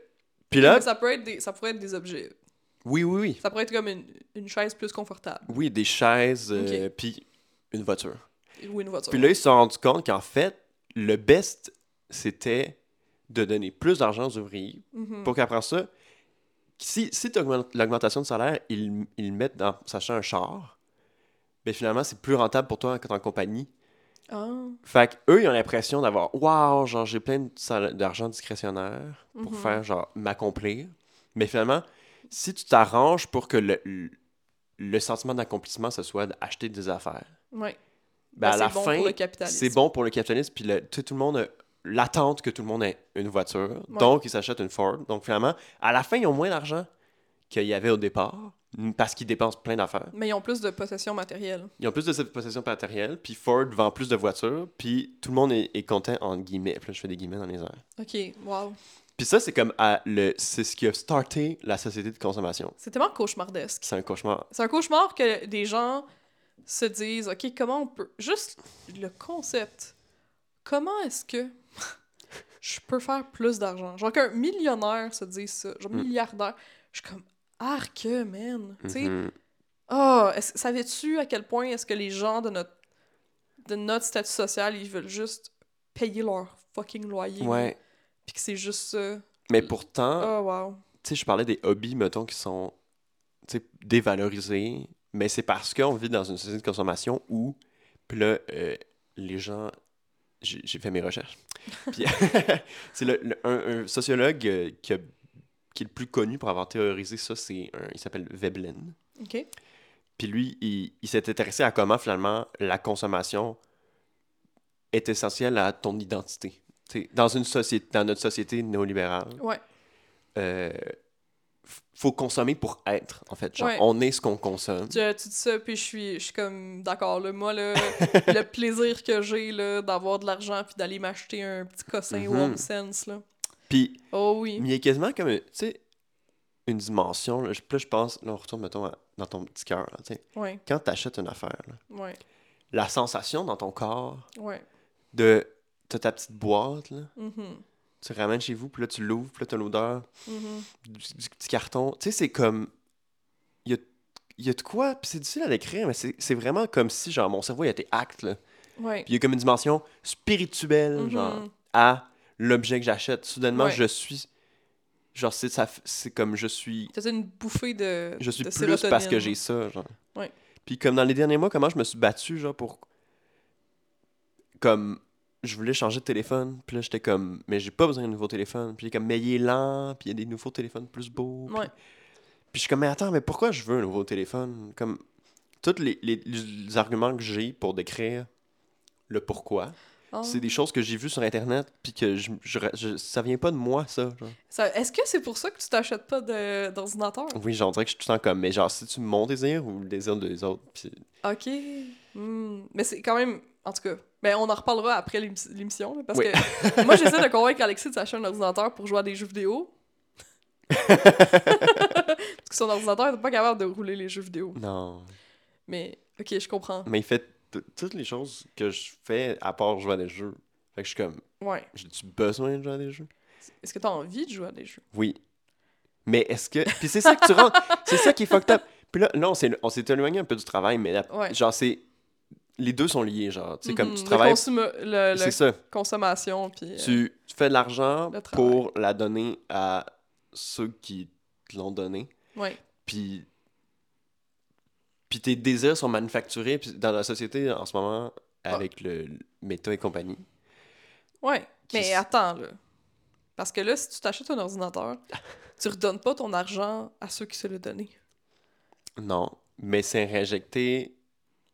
Speaker 2: Puis là,
Speaker 1: Mais ça, peut être des, ça pourrait être des objets.
Speaker 2: oui, oui, oui.
Speaker 1: Ça pourrait être comme une, une chaise plus confortable.
Speaker 2: Oui, des chaises, euh, puis une voiture.
Speaker 1: Ou une voiture.
Speaker 2: Puis là, ils se sont rendus compte qu'en fait, le best, c'était de donner plus d'argent aux ouvriers
Speaker 1: Mhm.
Speaker 2: pour qu'après ça, si, si t'augmentes l'augmentation de salaire, ils, ils le mettent dans s'acheter un char, mais finalement, c'est plus rentable pour toi en tant que compagnie.
Speaker 1: Ah.
Speaker 2: Fait qu'eux, ils ont l'impression d'avoir « Wow, genre, j'ai plein de sal- d'argent discrétionnaire pour
Speaker 1: Mhm.
Speaker 2: faire, genre, m'accomplir. » Mais finalement, si tu t'arranges pour que le, le- le sentiment d'accomplissement, ce soit d'acheter des affaires,
Speaker 1: Ouais.
Speaker 2: ben, à
Speaker 1: c'est
Speaker 2: la
Speaker 1: bon
Speaker 2: fin,
Speaker 1: pour le capitalisme.
Speaker 2: c'est bon pour le capitalisme, puis le- tout, tout le monde a l'attente que tout le monde ait une voiture.
Speaker 1: Ouais.
Speaker 2: Donc, ils s'achètent une Ford. Donc, finalement, à la fin, ils ont moins d'argent qu'il y avait au départ m- parce qu'ils dépensent plein d'affaires.
Speaker 1: Mais ils ont plus de possessions matérielles.
Speaker 2: Ils ont plus de cette possession matérielle, puis Ford vend plus de voitures, puis tout le monde est, est content, entre guillemets. Puis là, je fais des guillemets dans les airs.
Speaker 1: OK, wow.
Speaker 2: Puis ça, c'est comme à le, c'est ce qui a starté la société de consommation.
Speaker 1: C'est tellement cauchemardesque.
Speaker 2: C'est un cauchemar.
Speaker 1: C'est un cauchemar que des gens se disent OK, comment on peut. Juste le concept. Comment est-ce que (laughs) je peux faire plus d'argent Genre qu'un millionnaire se dise ça, genre
Speaker 2: Mm.
Speaker 1: milliardaire. Je suis comme Arc, man. Tu sais,
Speaker 2: Mhm.
Speaker 1: oh, est-ce- savais-tu à quel point est-ce que les gens de notre, de notre statut social, ils veulent juste payer leur fucking loyer
Speaker 2: Ouais. Ah.
Speaker 1: Puis que c'est juste ça.
Speaker 2: Mais pourtant,
Speaker 1: Oh, wow.
Speaker 2: tu sais, je parlais des hobbies, mettons, qui sont, tu sais, dévalorisés, mais c'est parce qu'on vit dans une société de consommation où, puis là, euh, les gens, j'ai j'ai fait mes recherches, puis (laughs) c'est le, le- un, un sociologue euh, qui, a- qui est le plus connu pour avoir théorisé ça, c'est un- il s'appelle Veblen,
Speaker 1: OK.
Speaker 2: puis lui, il, il s'est intéressé à comment, finalement, la consommation est essentielle à ton identité. Tu sais, dans, une société, dans notre société néolibérale,
Speaker 1: Ouais.
Speaker 2: euh, f- faut consommer pour être, en fait. Genre,
Speaker 1: Ouais.
Speaker 2: on est ce qu'on consomme.
Speaker 1: Tu, tu dis ça, puis je suis, je suis comme d'accord. Là, moi,
Speaker 2: (laughs)
Speaker 1: là, le plaisir que j'ai là, d'avoir de l'argent puis d'aller m'acheter un petit cossin
Speaker 2: Mhm.
Speaker 1: au HomeSense. Là.
Speaker 2: Puis,
Speaker 1: Oh oui.
Speaker 2: il y a quasiment comme, un- tu sais, une dimension. Là, je, là, je pense, là, on retourne, mettons, à- dans ton petit cœur. là, tu sais.
Speaker 1: Ouais,
Speaker 2: Quand t'achètes une affaire, là,
Speaker 1: ouais,
Speaker 2: la sensation dans ton corps
Speaker 1: ouais.
Speaker 2: de. T'as ta petite boîte, là,
Speaker 1: Mhm,
Speaker 2: tu ramènes chez vous, puis là, tu l'ouvres, puis là, t'as l'odeur
Speaker 1: mhm.
Speaker 2: du, du petit carton. Tu sais, c'est comme. Il y a, il y a de quoi, puis c'est difficile à décrire, mais c'est c'est vraiment comme si, genre, mon cerveau, il a été acte, là.
Speaker 1: Ouais.
Speaker 2: Puis il y a comme une dimension spirituelle,
Speaker 1: Mhm.
Speaker 2: genre, à l'objet que j'achète. Soudainement,
Speaker 1: Ouais.
Speaker 2: je suis. Genre, c'est, ça, f- c'est comme je suis.
Speaker 1: T'as une bouffée de.
Speaker 2: Je suis
Speaker 1: de
Speaker 2: plus parce que j'ai
Speaker 1: sérotonine.
Speaker 2: ça, genre.
Speaker 1: Ouais.
Speaker 2: Puis comme dans les derniers mois, comment je me suis battu, genre, pour. Comme. Je voulais changer de téléphone, puis là, j'étais comme. Mais j'ai pas besoin d'un nouveau téléphone. Puis il est comme, mais il est lent, puis il y a des nouveaux téléphones plus beaux. puis-
Speaker 1: Ouais.
Speaker 2: puis je suis comme, mais attends, mais pourquoi je veux un nouveau téléphone? Comme, tous les, les- les arguments que j'ai pour décrire le pourquoi,
Speaker 1: Ah.
Speaker 2: c'est des choses que j'ai vues sur Internet, puis que je, je- je- ça vient pas de moi, ça. genre.
Speaker 1: Ça- Est-ce que c'est pour ça que tu t'achètes pas de- d'ordinateur?
Speaker 2: Oui, j'en dirais que je suis tout le temps comme, mais genre, c'est-tu mon désir ou le désir des autres? Puis
Speaker 1: Ok. Hmm. Mais c'est quand même. En tout cas, ben on en reparlera après l'émi- l'émission. là, Parce
Speaker 2: Oui.
Speaker 1: que moi, j'essaie de convaincre Alexis de s'acheter un ordinateur pour jouer à des jeux
Speaker 2: (laughs)
Speaker 1: vidéo. parce que son ordinateur n'est pas capable de rouler les jeux vidéo.
Speaker 2: non.
Speaker 1: Mais ok, je comprends.
Speaker 2: Mais il fait t- toutes les choses que je fais à part jouer à des jeux. Fait que je suis comme,
Speaker 1: Ouais.
Speaker 2: j'ai-tu besoin de jouer à des jeux?
Speaker 1: Est-ce que t'as envie de jouer à des jeux?
Speaker 2: Oui. Mais est-ce que. Puis c'est ça que tu rends. (laughs) c'est ça qui est fucked up. Puis là, là on s'est on s'est éloigné un peu du travail, mais la-
Speaker 1: Ouais.
Speaker 2: genre, c'est. Les deux sont liés, genre. Tu sais, comme
Speaker 1: Mhm,
Speaker 2: tu
Speaker 1: le
Speaker 2: travailles.
Speaker 1: consume- le- le
Speaker 2: C'est ça.
Speaker 1: consommation, puis... euh,
Speaker 2: Tu, tu fais de l'argent
Speaker 1: le travail.
Speaker 2: pour la donner à ceux qui te l'ont donné.
Speaker 1: ouais.
Speaker 2: Puis. Puis tes désirs sont manufacturés puis dans la société en ce moment
Speaker 1: Ah.
Speaker 2: avec le le Meta et compagnie.
Speaker 1: Ouais,
Speaker 2: Qui
Speaker 1: mais
Speaker 2: s-
Speaker 1: attends, là. Parce que là, si tu t'achètes un ordinateur, tu redonnes pas ton argent à ceux qui se le donné.
Speaker 2: Non, mais c'est réinjecté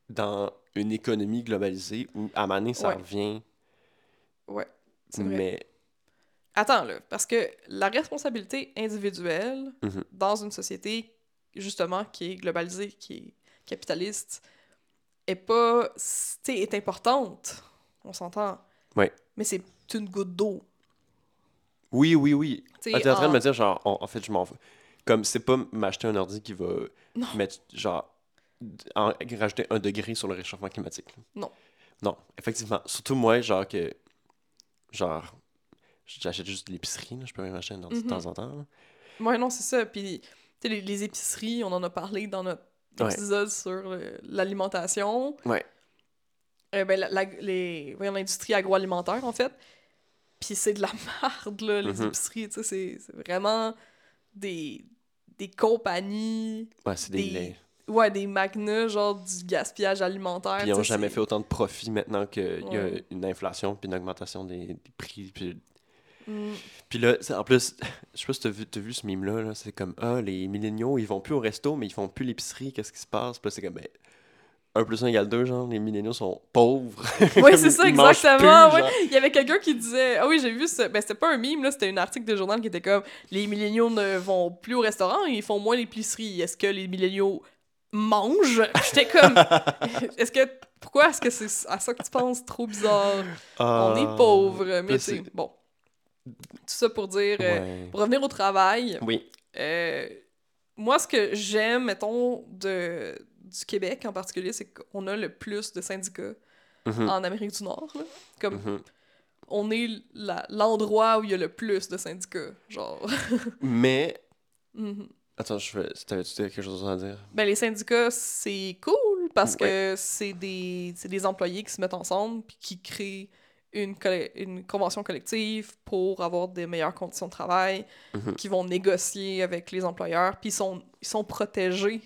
Speaker 2: dans une économie globalisée où à Mané, ça
Speaker 1: Ouais.
Speaker 2: revient.
Speaker 1: Ouais, c'est vrai.
Speaker 2: Mais
Speaker 1: Attends, là. Parce que la responsabilité individuelle
Speaker 2: Mhm.
Speaker 1: dans une société, justement, qui est globalisée, qui est capitaliste, est pas... s- t'sais, est importante. On s'entend.
Speaker 2: Ouais.
Speaker 1: Mais c'est une goutte d'eau.
Speaker 2: oui, oui, oui.
Speaker 1: T'sais,
Speaker 2: Ah, T'es en train de
Speaker 1: en-
Speaker 2: me dire, genre, en, en fait, je m'en fous. Comme c'est pas m'acheter un ordi qui va
Speaker 1: Non.
Speaker 2: mettre, genre, en- rajouter un degré sur le réchauffement climatique. là.
Speaker 1: Non.
Speaker 2: Non, effectivement. Surtout moi, genre, que. Genre, j'achète juste de l'épicerie, là, je peux même acheter un ordi de
Speaker 1: Mhm.
Speaker 2: temps en temps. là.
Speaker 1: Ouais, non, c'est ça. Puis, tu sais, les, les épiceries, on en a parlé dans notre
Speaker 2: Ouais.
Speaker 1: épisode sur euh, l'alimentation.
Speaker 2: Ouais.
Speaker 1: Euh, ben, la- la- les, voyons, l'industrie agroalimentaire, en fait. Puis c'est de la (laughs) merde, là, les
Speaker 2: Mhm.
Speaker 1: épiceries, tu sais, c'est, c'est vraiment des, des compagnies,
Speaker 2: Ouais, c'est des,
Speaker 1: Des-
Speaker 2: laits.
Speaker 1: ouais, des magnats, genre du gaspillage alimentaire.
Speaker 2: Puis
Speaker 1: tu
Speaker 2: ils
Speaker 1: sais,
Speaker 2: n'ont jamais
Speaker 1: Ah, c'est-
Speaker 2: fait autant de profit maintenant qu'il y a
Speaker 1: Ouais.
Speaker 2: une inflation, puis une augmentation des, des prix. Puis,
Speaker 1: Mm.
Speaker 2: puis là, c'est- en plus, (laughs) je sais pas si t'as vu, t'as vu ce mime-là, là, c'est comme, ah, les milléniaux, ils vont plus au resto, mais ils font plus l'épicerie, qu'est-ce qui se passe? Puis là, c'est comme, ben, 1 plus 1 égale 2, genre, les milléniaux sont pauvres.
Speaker 1: Oui,
Speaker 2: (laughs) Comme
Speaker 1: c'est
Speaker 2: ils-
Speaker 1: ça,
Speaker 2: ils mangent plus,
Speaker 1: exactement. ouais.
Speaker 2: genre.
Speaker 1: Il y avait quelqu'un qui disait. Ah oui, j'ai vu. Ce... Ben, c'était pas un mime, là, c'était un article de journal qui était comme Les milléniaux ne vont plus au restaurant, ils font moins l'épicerie. Est-ce que les milléniaux mangent J'étais
Speaker 2: (laughs)
Speaker 1: comme Est-ce que. Pourquoi est-ce que c'est à ça que tu penses Trop bizarre. On
Speaker 2: Ah,
Speaker 1: est pauvres. Mais tu
Speaker 2: là,
Speaker 1: sais,
Speaker 2: c'est-
Speaker 1: bon. Tout ça pour dire. euh,
Speaker 2: ouais.
Speaker 1: Pour revenir au travail,
Speaker 2: Oui.
Speaker 1: euh, moi, ce que j'aime, mettons, de... du Québec en particulier, c'est qu'on a le plus de syndicats
Speaker 2: Mhm,
Speaker 1: en Amérique du Nord. là. Comme
Speaker 2: mhm.
Speaker 1: on est la- l'endroit où il y a le plus de syndicats, genre. (laughs)
Speaker 2: Mais,
Speaker 1: Mhm.
Speaker 2: attends, je vais... t'avais-tu quelque chose à dire?
Speaker 1: ben, les syndicats, c'est cool parce que
Speaker 2: Ouais.
Speaker 1: c'est des, c'est des employés qui se mettent ensemble puis qui créent une, colle- une convention collective pour avoir des meilleures conditions de travail,
Speaker 2: Mhm.
Speaker 1: qui vont négocier avec les employeurs, puis ils sont, ils sont protégés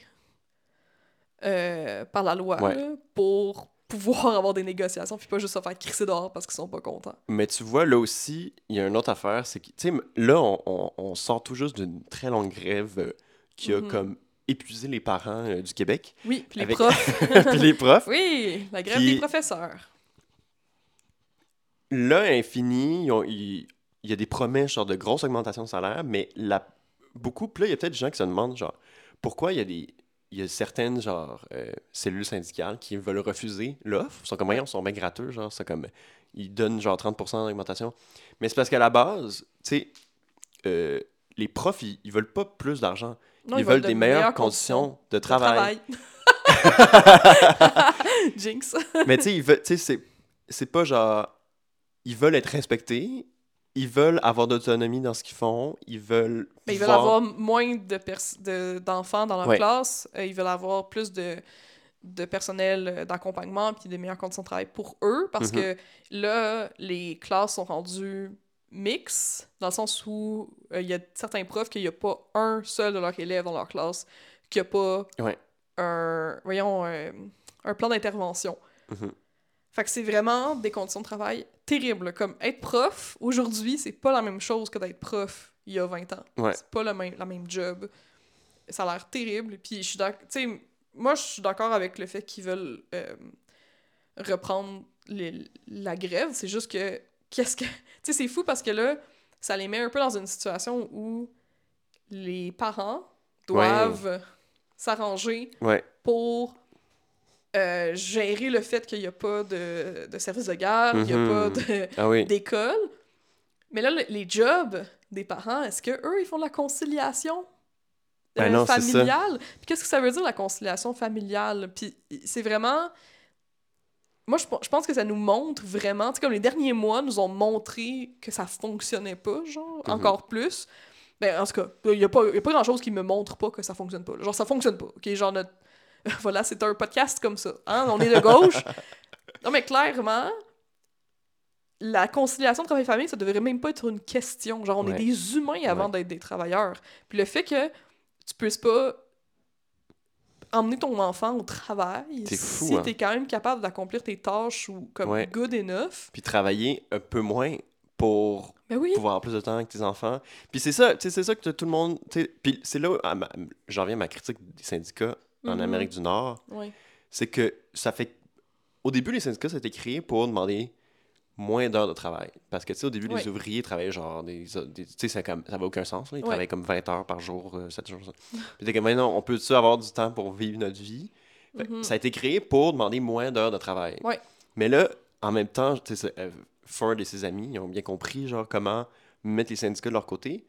Speaker 1: euh, par la loi
Speaker 2: Ouais.
Speaker 1: là, pour pouvoir (laughs) avoir des négociations, puis pas juste se faire crisser dehors parce qu'ils sont pas contents.
Speaker 2: Mais tu vois, là aussi, il y a une autre affaire, c'est que, tu sais, là, on, on- on sort tout juste d'une très longue grève euh, qui a
Speaker 1: Mhm.
Speaker 2: comme épuisé les parents euh, du Québec, (laughs)
Speaker 1: Oui, puis les
Speaker 2: Avec-
Speaker 1: profs.
Speaker 2: puis les profs.
Speaker 1: Oui, la grève
Speaker 2: Puis-
Speaker 1: des professeurs.
Speaker 2: Là, à infini, ils ont- ils- il y a des promesses, genre, de grosses augmentations de salaire, mais la, beaucoup, puis là, il y a peut-être des gens qui se demandent, genre, pourquoi il y a des... Il y a certaines, genre, euh, cellules syndicales qui veulent refuser l'offre. Ils sont comme, voyons, ils sont bien gratteux, genre, c'est comme... Ils donnent, genre, 30% d'augmentation. Mais c'est parce qu'à la base, tu sais, euh, les profs, ils, ils veulent pas plus d'argent.
Speaker 1: Non,
Speaker 2: ils, veulent des meilleures, conditions, de
Speaker 1: de
Speaker 2: travail. (laughs)
Speaker 1: travail. Jinx.
Speaker 2: Mais tu sais, ils veulent- tu sais, c'est, c'est pas genre. Ils veulent être respectés, ils veulent avoir d'autonomie dans ce qu'ils font, ils veulent.
Speaker 1: Mais ils veulent
Speaker 2: pouvoir-
Speaker 1: avoir moins de pers- de- d'enfants dans leur
Speaker 2: Ouais.
Speaker 1: classe. euh, ils veulent avoir plus de, de personnel euh, d'accompagnement puis des meilleures conditions de travail pour eux parce
Speaker 2: Mhm.
Speaker 1: que là, les classes sont rendues mixtes dans le sens où euh, il y a certains profs qu'il n'y a pas un seul de leurs élèves dans leur classe qui n'a pas
Speaker 2: Ouais.
Speaker 1: un, voyons, un, un plan d'intervention.
Speaker 2: Mhm.
Speaker 1: Fait que c'est vraiment des conditions de travail terribles. Comme être prof, aujourd'hui, c'est pas la même chose que d'être prof il y a 20 ans.
Speaker 2: Ouais.
Speaker 1: C'est pas le même, la même job. Ça a l'air terrible. Puis je suis d'ac- tu sais, moi, je suis d'accord avec le fait qu'ils veulent euh, reprendre les- la grève. C'est juste que. Qu'est-ce que. (laughs) Tu sais, c'est fou parce que là, ça les met un peu dans une situation où les parents doivent s'arranger
Speaker 2: Ouais.
Speaker 1: pour euh, gérer le fait qu'il n'y a pas de, de service de garde, il n'y a
Speaker 2: Mhm.
Speaker 1: pas de-
Speaker 2: Ah oui.
Speaker 1: d'école. Mais là, le- les jobs des parents, est-ce que eux ils font de la conciliation euh,
Speaker 2: Ben non, c'est ça.
Speaker 1: familiale? Puis qu'est-ce que ça veut dire, la conciliation familiale? Puis c'est vraiment... Moi, je, pe- je pense que ça nous montre vraiment... Tu sais, comme les derniers mois nous ont montré que ça fonctionnait pas, genre,
Speaker 2: Mhm.
Speaker 1: encore plus. Ben, en tout cas, il n'y a pas, y a pas grand-chose qui me montre pas que ça fonctionne pas. là. Genre, ça fonctionne pas, OK? Genre, notre- (laughs) voilà, c'est un podcast comme ça. Hein? On est de
Speaker 2: (laughs)
Speaker 1: gauche. non, mais clairement, la conciliation travail-famille, ça devrait même pas être une question. Genre, on
Speaker 2: Ouais.
Speaker 1: est des humains avant
Speaker 2: Ouais.
Speaker 1: d'être des travailleurs. Puis le fait que tu puisses pas emmener ton enfant au travail,
Speaker 2: C'est fou,
Speaker 1: si
Speaker 2: hein.
Speaker 1: t'es quand même capable d'accomplir tes tâches ou comme
Speaker 2: Ouais.
Speaker 1: good enough,
Speaker 2: Puis travailler un peu moins pour
Speaker 1: ben oui,
Speaker 2: pouvoir avoir plus de temps avec tes enfants. Puis c'est ça, tu sais, c'est ça que tout le monde. tu sais, Puis c'est là, où, à ma- j'en viens à ma critique des syndicats en
Speaker 1: Mhm.
Speaker 2: Amérique du Nord,
Speaker 1: ouais.
Speaker 2: c'est que ça fait. Au début, les syndicats, ça a été créé pour demander moins d'heures de travail. Parce que, tu sais, au début,
Speaker 1: Ouais.
Speaker 2: les ouvriers travaillaient genre des. des- tu sais, ça comme- ça avait aucun sens. là. Ils
Speaker 1: Ouais.
Speaker 2: travaillaient comme 20 heures par jour, euh, 7 jours. ça. Puis t'es comme, mais non, on peut-tu avoir du temps pour vivre notre vie? Fait que
Speaker 1: Mhm.
Speaker 2: Ça a été créé pour demander moins d'heures de travail.
Speaker 1: Ouais.
Speaker 2: Mais là, en même temps, tu sais, c'est- euh, Ford et ses amis, ils ont bien compris genre comment mettre les syndicats de leur côté. Ils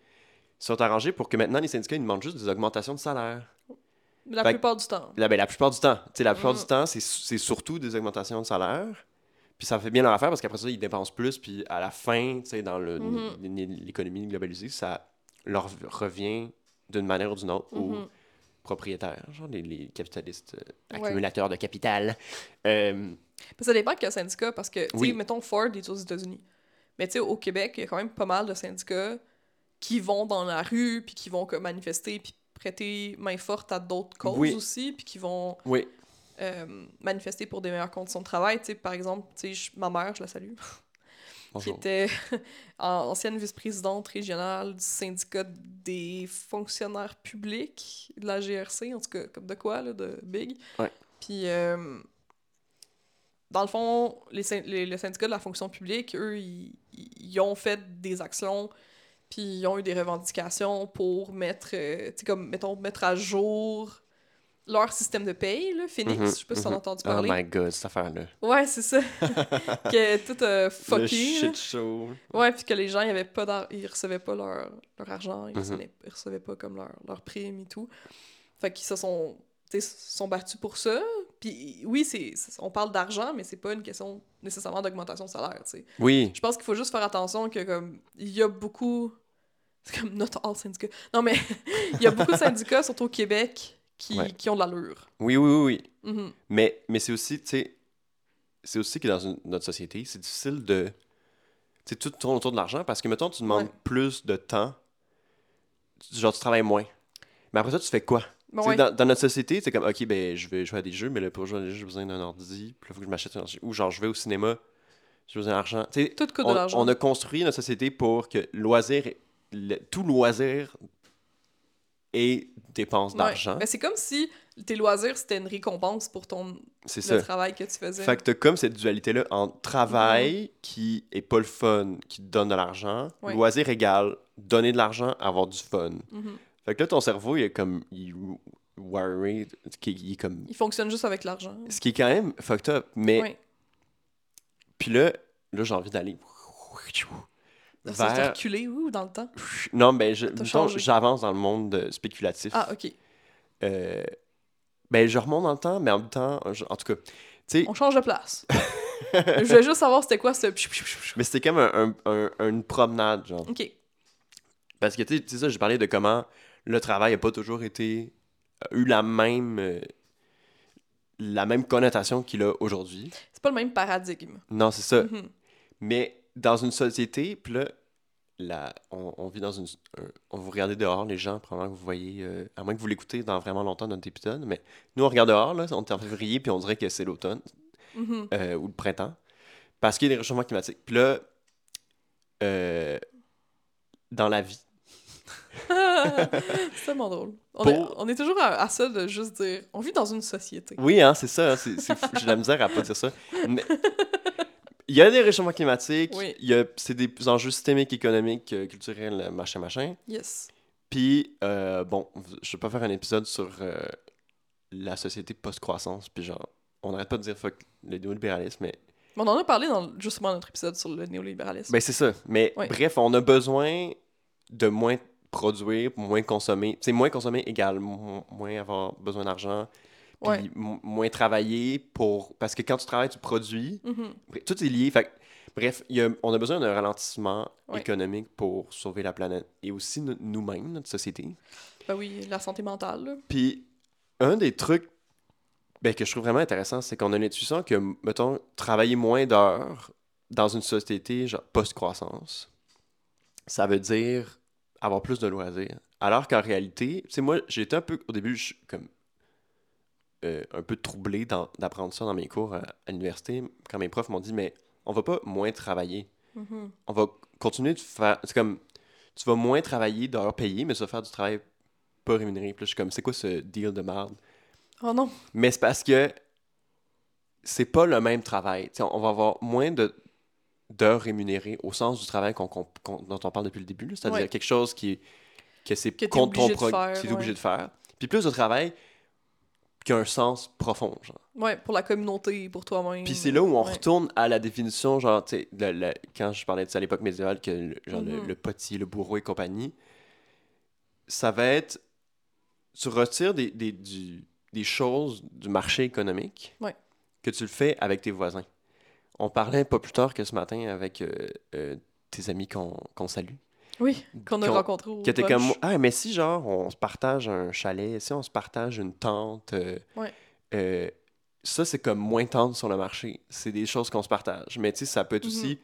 Speaker 2: sont arrangés pour que maintenant, les syndicats, ils demandent juste des augmentations de salaire.
Speaker 1: La
Speaker 2: Fait que-
Speaker 1: plupart du temps.
Speaker 2: Là, ben, la plupart du temps. Tu sais, la plupart
Speaker 1: Mm.
Speaker 2: du temps, c'est su- c'est surtout des augmentations de salaire. Puis ça fait bien leur affaire parce qu'après ça, ils dépensent plus. Puis à la fin, tu sais, dans le-
Speaker 1: Mhm.
Speaker 2: l- l'économie globalisée, ça leur revient d'une manière ou d'une autre
Speaker 1: Mhm.
Speaker 2: aux propriétaires, genre les, les capitalistes euh,
Speaker 1: Ouais.
Speaker 2: accumulateurs de capital. Euh,
Speaker 1: Mais ça dépend de quel syndicat, parce que, tu sais,
Speaker 2: Oui.
Speaker 1: mettons Ford est aux États-Unis. Mais tu sais, au Québec, il y a quand même pas mal de syndicats qui vont dans la rue, puis qui vont comme, manifester, puis prêter main forte à d'autres causes
Speaker 2: Oui.
Speaker 1: aussi, puis qui vont
Speaker 2: oui,
Speaker 1: euh, manifester pour des meilleures conditions de travail. Tu sais, par exemple, tu sais, je- ma mère, je la salue, qui
Speaker 2: bonjour.
Speaker 1: était (laughs) an- ancienne vice-présidente régionale du syndicat des fonctionnaires publics de la GRC, en tout cas, comme de quoi, là, de Big.
Speaker 2: Ouais.
Speaker 1: Puis, euh, dans le fond, les, syn- les- le syndicat de la fonction publique, eux, ils, ils- ils ont fait des actions, puis ils ont eu des revendications pour mettre, euh, tu sais, comme, mettons, mettre à jour leur système de paye, là, Phoenix,
Speaker 2: Mhm,
Speaker 1: je sais pas si t'en as
Speaker 2: mhm.
Speaker 1: entendu
Speaker 2: Oh
Speaker 1: parler.
Speaker 2: my god, cette affaire-là.
Speaker 1: ouais, c'est ça. (laughs) que tout euh,
Speaker 2: le
Speaker 1: fucké. là.
Speaker 2: shit show.
Speaker 1: Ouais, puis que les gens, ils, avaient pas d'ar- ils recevaient pas leur, leur argent, ils,
Speaker 2: Mhm.
Speaker 1: recevaient, ils recevaient pas comme leur, leur prime et tout. Fait qu'ils se sont, tu sais, se sont battus pour ça. Puis oui, c'est, c'est- on parle d'argent, mais c'est pas une question nécessairement d'augmentation de salaire, tu sais.
Speaker 2: Oui,
Speaker 1: Je pense qu'il faut juste faire attention que, comme, il y a beaucoup... C'est comme notre all syndicat. Non, mais (laughs) il y a beaucoup de syndicats, surtout au Québec, qui,
Speaker 2: Ouais.
Speaker 1: qui ont de l'allure.
Speaker 2: oui, oui, oui. oui.
Speaker 1: Mhm.
Speaker 2: Mais, mais c'est aussi, tu sais, c'est aussi que dans une- notre société, c'est difficile de. Tu sais, tout tourne autour de l'argent parce que, mettons, tu demandes
Speaker 1: Ouais.
Speaker 2: plus de temps, tu- genre, tu travailles moins. Mais après ça, tu fais quoi?
Speaker 1: Bon,
Speaker 2: Tu sais,
Speaker 1: ouais.
Speaker 2: Dans, dans notre société, c'est comme, OK, ben, je vais jouer à des jeux, mais là, pour jouer à des jeux, j'ai besoin d'un ordi, puis là, faut que je m'achète un ordi. Ou genre, je vais au cinéma, j'ai besoin d'argent. Tu sais,
Speaker 1: Tout coûte de
Speaker 2: on,
Speaker 1: l'argent.
Speaker 2: on a construit notre société pour que loisir, le- tout loisir et dépense
Speaker 1: Ouais.
Speaker 2: d'argent.
Speaker 1: Ben, c'est comme si tes loisirs, c'était une récompense pour ton
Speaker 2: C'est ça.
Speaker 1: le travail que tu faisais.
Speaker 2: Fait que t'as comme cette dualité-là entre travail qui est pas le fun, qui te donne de l'argent,
Speaker 1: Ouais.
Speaker 2: loisir égal, donner de l'argent, avoir du fun.
Speaker 1: Mhm.
Speaker 2: Fait que là, ton cerveau, il est comme. Il, worry, qui- il est comme.
Speaker 1: Il fonctionne juste avec l'argent.
Speaker 2: Ce qui est quand même fucked up. Mais.
Speaker 1: Ouais.
Speaker 2: Puis là, là j'ai envie d'aller.
Speaker 1: Ça s'est
Speaker 2: vers-
Speaker 1: reculé, ou dans le temps.
Speaker 2: Non, mais je-
Speaker 1: T'as
Speaker 2: mettons,
Speaker 1: changé.
Speaker 2: j'avance dans le monde euh, spéculatif.
Speaker 1: Ah, ok.
Speaker 2: Euh, ben, je remonte dans le temps, mais en même temps, je- en tout cas, tu sais,
Speaker 1: On change de
Speaker 2: (laughs)
Speaker 1: place. Je voulais juste savoir c'était quoi ce. pchou, pchou, pchou, pchou.
Speaker 2: mais c'était comme un- un- un- une promenade, genre.
Speaker 1: Ok.
Speaker 2: Parce que, tu sais, tu sais, ça, j'ai parlé de comment le travail n'a pas toujours été. a eu la même. euh, la même connotation qu'il a aujourd'hui.
Speaker 1: C'est pas le même paradigme.
Speaker 2: Non, c'est ça.
Speaker 1: Mhm.
Speaker 2: Mais dans une société, puis là, la- on, on vit dans une. un- on vous regardez dehors, les gens, probablement que vous voyez. euh, à moins que vous l'écoutez dans vraiment longtemps, notre épisode, mais nous, on regarde dehors, là, on est en février, puis on dirait que c'est l'automne
Speaker 1: Mhm. (laughs)
Speaker 2: euh, ou le printemps, parce qu'il y a des réchauffements climatiques. Puis là, euh, dans la vie,
Speaker 1: c'est tellement drôle. On, est,
Speaker 2: Pour-
Speaker 1: on est toujours à, à ça de juste dire on vit dans une société.
Speaker 2: Oui, hein, c'est ça. hein, c'est- c'est fou. J'ai de la misère à pas dire ça. Mais il y a des réchauffements climatiques,
Speaker 1: Oui.
Speaker 2: il y a- c'est des enjeux systémiques, économiques, euh, culturels, euh, machin, machin.
Speaker 1: Yes.
Speaker 2: Puis, euh, bon, je vais pas faire un épisode sur euh, la société post-croissance, puis genre, on n'arrête pas de dire fuck le néolibéralisme, mais
Speaker 1: Mais On en a parlé dans justement notre épisode sur le néolibéralisme.
Speaker 2: ben, c'est ça. Mais
Speaker 1: Oui.
Speaker 2: bref, on a besoin de moins produire, moins consommer. C'est moins consommer égale mo- moins avoir besoin d'argent, puis
Speaker 1: Ouais.
Speaker 2: mo- moins travailler pour... Parce que quand tu travailles, tu produis,
Speaker 1: Mhm.
Speaker 2: Bref, Tout est lié. Fait que- bref, Bref, il y a- on a besoin d'un ralentissement
Speaker 1: Ouais.
Speaker 2: économique pour sauver la planète et aussi no- nous-mêmes, notre société.
Speaker 1: Ben oui, la santé mentale. là.
Speaker 2: Puis, un des trucs ben, que je trouve vraiment intéressant, c'est qu'on a l'intuition que, mettons, travailler moins d'heures dans une société genre post-croissance, ça veut dire avoir plus de loisirs. Alors qu'en réalité, tu sais, moi, j'étais un peu, au début, je suis comme euh, un peu troublé d'en- d'apprendre ça dans mes cours à, à l'université, quand mes profs m'ont dit, mais on va pas moins travailler
Speaker 1: Mhm.
Speaker 2: on va continuer de faire. C'est comme, tu vas moins travailler d'heures payées, mais tu vas faire du travail pas rémunéré. Puis là, je suis comme, c'est quoi ce deal de merde?
Speaker 1: Oh non.
Speaker 2: Mais c'est parce que c'est pas le même travail. Tu sais, on va avoir moins de d'heures rémunérées au sens du travail qu'on- qu'on- qu'on- dont on parle depuis le début. là. C'est-à-dire
Speaker 1: Ouais.
Speaker 2: quelque chose qui est- que c'est
Speaker 1: Que t'es
Speaker 2: contre ton
Speaker 1: obligé de
Speaker 2: prog-
Speaker 1: faire,
Speaker 2: que t'es
Speaker 1: ouais.
Speaker 2: obligé de faire. Puis plus de travail qui a un sens profond, genre.
Speaker 1: Ouais, pour la communauté, pour toi-même.
Speaker 2: Puis c'est là où on
Speaker 1: Ouais.
Speaker 2: retourne à la définition, genre, tu sais, le- le- quand je parlais de ça à l'époque médiévale, que le, genre, le-
Speaker 1: Mhm.
Speaker 2: le, potier, le bourreau et compagnie, ça va être. Tu retires des, des, du- des choses du marché économique
Speaker 1: Ouais.
Speaker 2: que tu le fais avec tes voisins. On parlait pas plus tard que ce matin avec euh, euh, tes amis qu'on qu'on salue.
Speaker 1: Oui, qu'on a
Speaker 2: Qu'on-
Speaker 1: rencontré au
Speaker 2: Qui étaient
Speaker 1: brunch.
Speaker 2: comme. Ah, mais si, genre, on se partage un chalet, si on se partage une tente. euh,
Speaker 1: Ouais.
Speaker 2: euh, ça, c'est comme moins tendre sur le marché. C'est des choses qu'on se partage. Mais tu sais, ça peut être
Speaker 1: Mhm.
Speaker 2: aussi.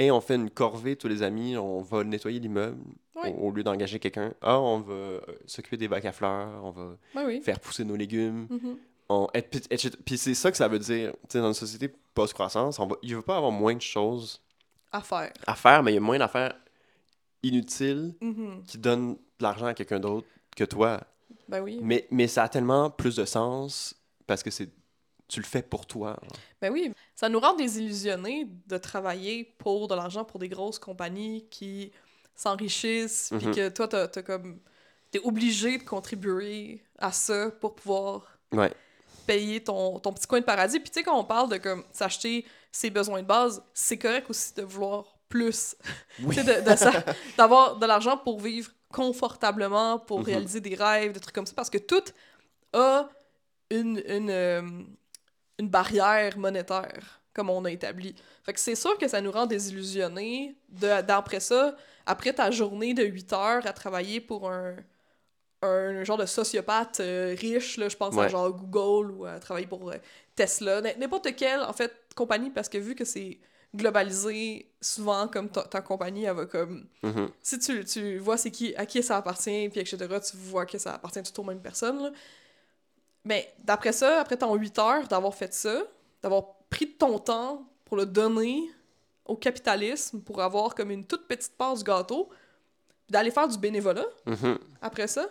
Speaker 2: Et on fait une corvée, tous les amis, on va nettoyer l'immeuble
Speaker 1: Ouais.
Speaker 2: au, au lieu d'engager quelqu'un. Ah, on va euh, s'occuper des bacs à fleurs, on va
Speaker 1: Ben oui.
Speaker 2: faire pousser nos légumes.
Speaker 1: Mhm.
Speaker 2: On, et- puis- etc. Puis c'est ça que ça veut dire. Tu sais, dans une société post-croissance, on va- il ne va pas avoir moins de choses
Speaker 1: À faire.
Speaker 2: à faire, mais il y a moins d'affaires inutiles
Speaker 1: Mhm.
Speaker 2: qui donnent de l'argent à quelqu'un d'autre que toi.
Speaker 1: Ben oui.
Speaker 2: Mais, mais ça a tellement plus de sens parce que c'est tu le fais pour toi. genre.
Speaker 1: Ben oui, ça nous rend désillusionnés de travailler pour de l'argent pour des grosses compagnies qui s'enrichissent, puis
Speaker 2: Mhm.
Speaker 1: que toi, t'as, t'as comme... T'es obligé de contribuer à ça pour pouvoir
Speaker 2: Ouais.
Speaker 1: payer ton, ton petit coin de paradis. Puis tu sais, quand on parle de comme s'acheter ses besoins de base, c'est correct aussi de vouloir plus.
Speaker 2: Oui.
Speaker 1: Tu sais, de- de
Speaker 2: (laughs)
Speaker 1: ça- d'avoir de l'argent pour vivre confortablement, pour
Speaker 2: Mhm.
Speaker 1: réaliser des rêves, des trucs comme ça, parce que tout a une, une, euh, une barrière monétaire, comme on a établi. Fait que c'est sûr que ça nous rend désillusionnés de- d'après ça, après ta journée de 8 heures à travailler pour un, un genre de sociopathe euh, riche, là, je pense à
Speaker 2: Ouais.
Speaker 1: genre Google ou à travailler pour euh, Tesla, n- n'importe quelle, en fait, compagnie, parce que vu que c'est globalisé, souvent, comme ta, ta compagnie, elle va comme
Speaker 2: Mhm.
Speaker 1: si tu, tu vois c'est qui, à qui ça appartient, puis etc., tu vois que ça appartient tout aux mêmes personnes. là. Mais d'après ça, après ton 8 heures d'avoir fait ça, d'avoir pris de ton temps pour le donner au capitalisme, pour avoir comme une toute petite part du gâteau, d'aller faire du bénévolat
Speaker 2: Mhm.
Speaker 1: après ça,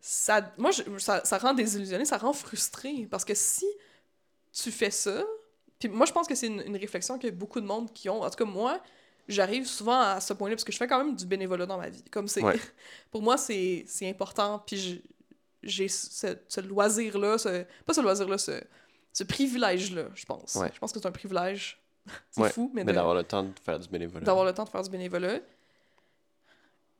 Speaker 1: ça moi, je- ça, ça rend désillusionné, ça rend frustré. Parce que si tu fais ça, puis moi, je pense que c'est une, une réflexion que beaucoup de monde qui ont. En tout cas, moi, j'arrive souvent à ce point-là, parce que je fais quand même du bénévolat dans ma vie. Comme c'est...
Speaker 2: Ouais.
Speaker 1: (laughs) pour moi, c'est c'est important, puis je- j'ai ce, ce loisir-là, ce- pas ce loisir-là, ce, ce privilège-là, je pense.
Speaker 2: Ouais.
Speaker 1: Je pense que c'est un privilège. (laughs) c'est
Speaker 2: Ouais,
Speaker 1: fou, mais,
Speaker 2: Mais
Speaker 1: de-
Speaker 2: d'avoir le temps de faire du bénévolat.
Speaker 1: d'avoir le temps de faire du bénévolat.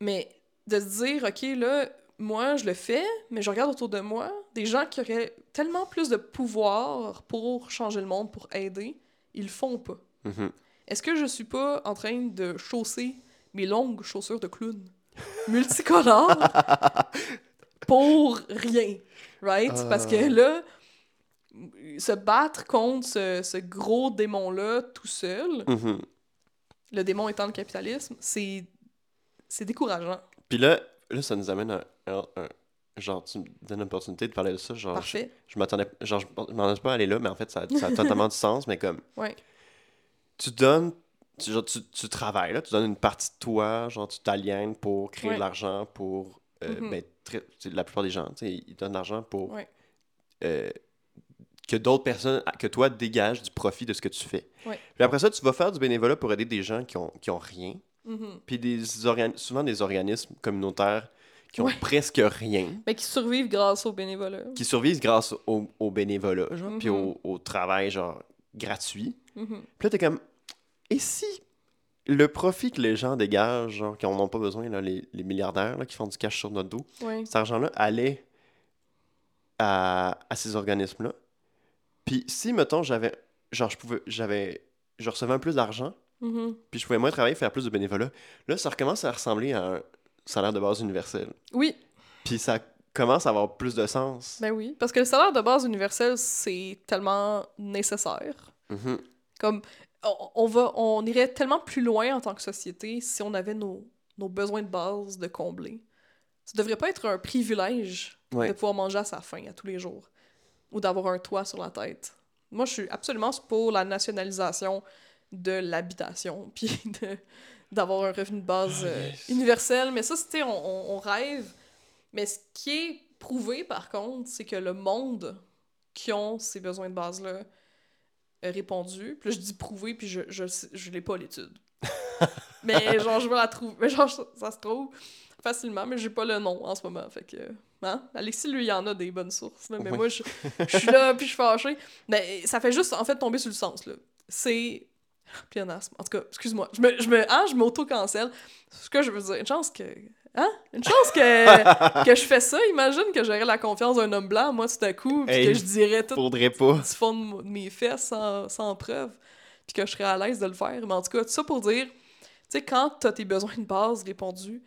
Speaker 1: Mais de se dire, OK, là, moi, je le fais, mais je regarde autour de moi des gens qui auraient tellement plus de pouvoir pour changer le monde, pour aider, ils le font pas.
Speaker 2: Mhm.
Speaker 1: Est-ce que je suis pas en train de chausser mes longues chaussures de clown multicolores pour rien, right?
Speaker 2: Ah.
Speaker 1: Parce que là, se battre contre ce, ce gros démon-là tout seul,
Speaker 2: Mhm.
Speaker 1: le démon étant le capitalisme, c'est c'est décourageant.
Speaker 2: Puis là, là, ça nous amène à à- à- Genre, tu me donnes l'opportunité de parler de ça. Genre, je,
Speaker 1: Parfait.
Speaker 2: je m'attendais. Genre, je je m'en suis pas allé là, mais en fait, ça,
Speaker 1: (laughs)
Speaker 2: ça a totalement du sens. Mais comme.
Speaker 1: Ouais.
Speaker 2: Tu donnes. Tu, genre, tu, tu travailles, là. Tu donnes une partie de toi. Genre, tu t'aliènes pour créer
Speaker 1: Ouais.
Speaker 2: de l'argent pour. euh,
Speaker 1: Mhm.
Speaker 2: ben, très- tu sais, la plupart des gens, tu sais, ils donnent de l'argent pour.
Speaker 1: Ouais.
Speaker 2: euh, que d'autres personnes, ah, que toi, dégages du profit de ce que tu fais.
Speaker 1: Ouais.
Speaker 2: Puis après ça, tu vas faire du bénévolat pour aider des gens qui ont, qui ont rien.
Speaker 1: Mhm.
Speaker 2: puis des organi- souvent des organismes communautaires qui ont
Speaker 1: Ouais.
Speaker 2: presque rien,
Speaker 1: Mais qui Ben, survivent grâce au bénévolat.
Speaker 2: qui survivent grâce au, au bénévolat, genre, puis
Speaker 1: Mhm.
Speaker 2: au, au travail genre gratuit.
Speaker 1: Mhm.
Speaker 2: Puis là, t'es comme, et si le profit que les gens dégagent, genre, qui n'en ont pas besoin, là, les, les milliardaires là, qui font du cash sur notre dos,
Speaker 1: Ouais.
Speaker 2: cet argent-là allait à, à ces organismes-là. Puis si, mettons, j'avais, genre, je pouvais, j'avais je recevais un plus d'argent,
Speaker 1: Mhm.
Speaker 2: puis je pouvais moins travailler, faire plus de bénévolat. Là, ça recommence à ressembler à un salaire de base universel.
Speaker 1: Oui,
Speaker 2: Puis ça commence à avoir plus de sens.
Speaker 1: ben oui. Parce que le salaire de base universel, c'est tellement nécessaire.
Speaker 2: Mhm.
Speaker 1: Comme, on, on va, on irait tellement plus loin en tant que société si on avait nos, nos besoins de base de combler. Ça devrait pas être un privilège
Speaker 2: Ouais.
Speaker 1: de pouvoir manger à sa faim à tous les jours ou d'avoir un toit sur la tête. Moi, je suis absolument pour la nationalisation de l'habitation, (laughs) puis de- d'avoir un revenu de base
Speaker 2: Ah,
Speaker 1: euh,
Speaker 2: yes.
Speaker 1: universel. Mais ça, c'était, on, on- on rêve. Mais ce qui est prouvé, par contre, c'est que le monde qui ont ces besoins de base-là euh, répondus, puis là, je dis prouvé, puis je, je, je l'ai pas l'étude.
Speaker 2: (laughs)
Speaker 1: mais genre, je vais la trouver. Mais genre, ça, ça se trouve facilement, mais j'ai pas le nom en ce moment. Fait que. Hein? Alexis, lui, il y en a des bonnes sources. là, mais
Speaker 2: Oui.
Speaker 1: moi, je, je suis là, puis je suis fâchée. Mais ça fait juste, en fait, tomber sur le sens. là. C'est. Pléonasme. En tout cas, excuse-moi. Je me, je me, hein, je m'auto-cancelle. Ce que je veux dire, une chance que. Hein? Une chance que, que je fais ça. Imagine que j'aurais la confiance d'un homme blanc, moi, tout à coup, puis
Speaker 2: Hey.
Speaker 1: que je dirais tout
Speaker 2: Faudrait pas.
Speaker 1: du fond de mo- de mes fesses sans, sans preuve, puis que je serais à l'aise de le faire. Mais en tout cas, tout ça pour dire, tu sais, quand t'as tes besoins de base répondus,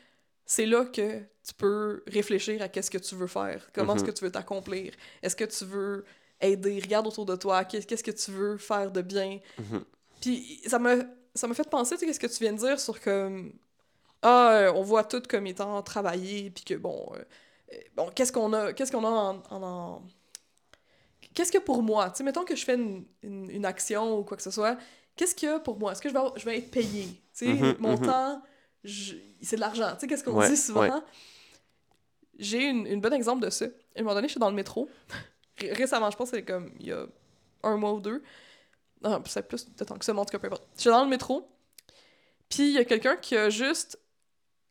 Speaker 1: c'est là que tu peux réfléchir à qu'est-ce que tu veux faire, comment est-ce
Speaker 2: Mhm.
Speaker 1: que tu veux t'accomplir, est-ce que tu veux aider, regarde autour de toi, qu'est- qu'est-ce que tu veux faire de bien.
Speaker 2: Mhm.
Speaker 1: Puis ça m'a ça m'a fait penser, tu sais, qu'est-ce que tu viens de dire sur comme ah, euh, on voit tout comme étant travaillé, puis que bon, euh, euh, bon, qu'est-ce qu'on a, qu'est-ce qu'on a en, en- en- qu'est-ce que pour moi, tu sais, mettons que je fais une, une- une action ou quoi que ce soit, qu'est-ce qu'il y a pour moi, est-ce que je vais, avoir- je vais être payé, tu sais,
Speaker 2: Mhm,
Speaker 1: mon
Speaker 2: mhm.
Speaker 1: temps, je- c'est de l'argent, tu sais, qu'est-ce qu'on
Speaker 2: Ouais,
Speaker 1: dit souvent.
Speaker 2: ouais.
Speaker 1: J'ai une, une bonne exemple de ça. À un moment donné, je suis dans le métro. (laughs) Ré- Récemment, je pense que c'est comme il y a un mois ou deux. Non, Ah, c'est plus de temps que ça, mais en tout cas, peu importe. Je suis dans le métro, puis il y a quelqu'un qui a juste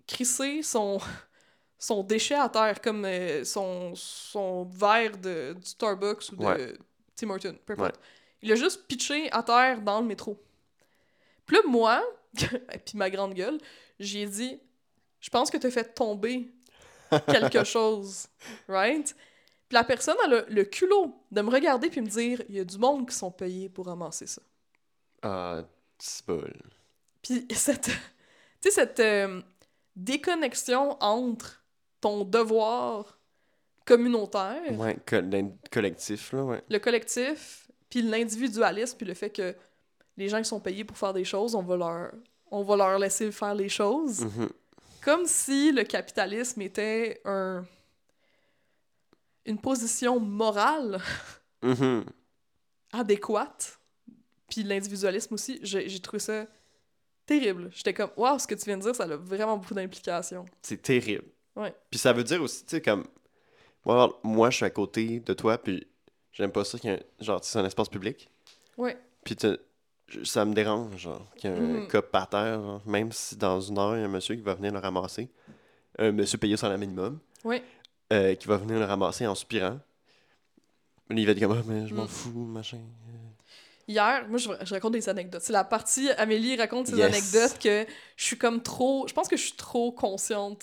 Speaker 1: crissé son, (laughs) son déchet à terre, comme euh, son, son verre de, du Starbucks ou de
Speaker 2: Ouais.
Speaker 1: Tim Hortons, peu importe. Il l'a juste pitché à terre dans le métro. Puis là, moi, (laughs) puis ma grande gueule, j'ai dit Je pense que t'as fait tomber
Speaker 2: (laughs)
Speaker 1: quelque chose, right? Puis la personne elle a le culot de me regarder puis me dire Il y a du monde qui sont payés pour ramasser ça.
Speaker 2: Ah, c'est bol.
Speaker 1: Puis (laughs) cette, tu sais, cette euh, déconnexion entre ton devoir communautaire,
Speaker 2: Ouais, col- d'in- collectif, là, ouais.
Speaker 1: le collectif, puis l'individualisme, puis le fait que les gens qui sont payés pour faire des choses, on va leur, on va leur laisser faire les choses.
Speaker 2: Mhm.
Speaker 1: Comme si le capitalisme était un, une position morale (laughs)
Speaker 2: Mhm.
Speaker 1: adéquate. Puis l'individualisme aussi, j'ai j'ai trouvé ça terrible. J'étais comme, waouh, ce que tu viens de dire, ça a vraiment beaucoup d'implications.
Speaker 2: C'est terrible.
Speaker 1: Ouais.
Speaker 2: Puis ça veut dire aussi, tu sais, comme. Moi, moi, je suis à côté de toi, puis j'aime pas ça qu'il y a un... Genre, c'est un espace public.
Speaker 1: Ouais.
Speaker 2: Puis t'as- je- ça me dérange, genre, qu'il y a un
Speaker 1: Mhm.
Speaker 2: cop par terre, genre. même si dans une heure, il y a un monsieur qui va venir le ramasser. Un monsieur payé sur la minimum.
Speaker 1: Ouais.
Speaker 2: euh, qui va venir le ramasser en soupirant. Lui, il va être comme, ah, mais je m'en
Speaker 1: Mm.
Speaker 2: fous, machin.
Speaker 1: Hier, moi, je, je raconte des anecdotes. C'est la partie, Amélie raconte ses
Speaker 2: Yes.
Speaker 1: anecdotes que je suis comme trop... Je pense que je suis trop consciente.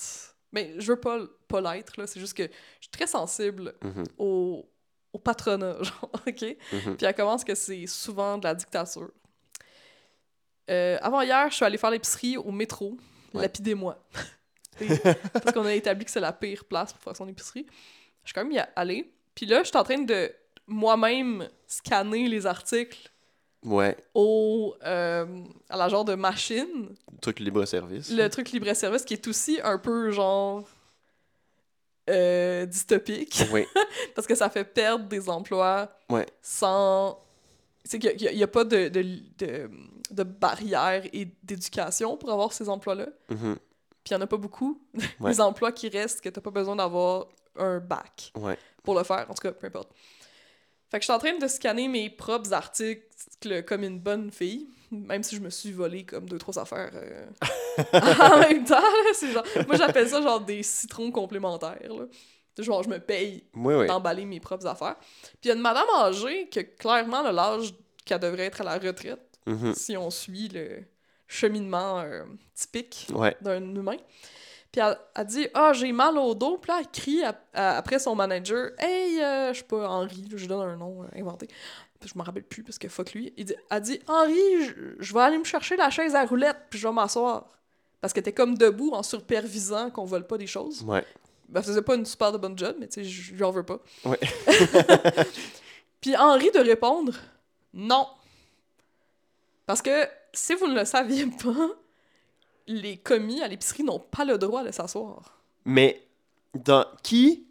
Speaker 1: Mais je veux pas, l- pas l'être, là. C'est juste que je suis très sensible
Speaker 2: Mhm,
Speaker 1: au, au patronat, (laughs) genre, OK?
Speaker 2: mhm.
Speaker 1: Puis elle commence que c'est souvent de la dictature. Euh, avant hier, je suis allée faire l'épicerie au métro.
Speaker 2: Ouais. (laughs)
Speaker 1: Lapidez-moi. Et- parce qu'on a établi que c'est la pire place pour faire son épicerie. Je suis quand même y allée. Puis là, je suis en train de moi-même scanner les articles
Speaker 2: Ouais,
Speaker 1: au, euh, à la genre de machine.
Speaker 2: truc libre-service.
Speaker 1: Le truc libre-service qui est aussi un peu genre euh, dystopique (laughs)
Speaker 2: Oui,
Speaker 1: parce que ça fait perdre des emplois
Speaker 2: Ouais.
Speaker 1: sans. C'est qu'il n'y a, il y a pas de, de, de, de barrière et d'éducation pour avoir ces emplois-là.
Speaker 2: mhm,
Speaker 1: Puis il n'y en a pas beaucoup. (laughs)
Speaker 2: Ouais.
Speaker 1: Les emplois qui restent, que tu pas besoin d'avoir un bac
Speaker 2: ouais.
Speaker 1: pour le faire. En tout cas, peu importe. Fait que je suis en train de scanner mes propres articles comme une bonne fille, même si je me suis volé comme deux, trois affaires euh, en même temps. là. C'est genre- moi, j'appelle ça genre des citrons complémentaires. Là. Genre, je me paye
Speaker 2: Ouais, ouais.
Speaker 1: d'emballer mes propres affaires. Puis il y a une madame âgée qui a clairement le l'âge qu'elle devrait être à la retraite
Speaker 2: Mhm.
Speaker 1: si on suit le cheminement euh, typique
Speaker 2: Ouais.
Speaker 1: d'un humain. Puis elle, elle dit Ah, j'ai mal au dos. Puis là, elle crie ap- à- après son manager Hey, euh, je sais pas, Henri, je donne un nom euh, inventé. Puis je me rappelle plus parce que fuck lui. Il dit, elle dit Henri, je, je vais aller me chercher la chaise à roulette puis je vais m'asseoir. Parce qu'elle était comme debout en supervisant qu'on vole pas des choses.
Speaker 2: Ouais.
Speaker 1: Ben, elle faisait pas une super de bonne job, mais tu sais, je lui en veux pas.
Speaker 2: Ouais.
Speaker 1: (laughs) Puis Henri de répondre non. Parce que si vous ne le saviez pas, les commis à l'épicerie n'ont pas le droit de s'asseoir.
Speaker 2: Mais dans qui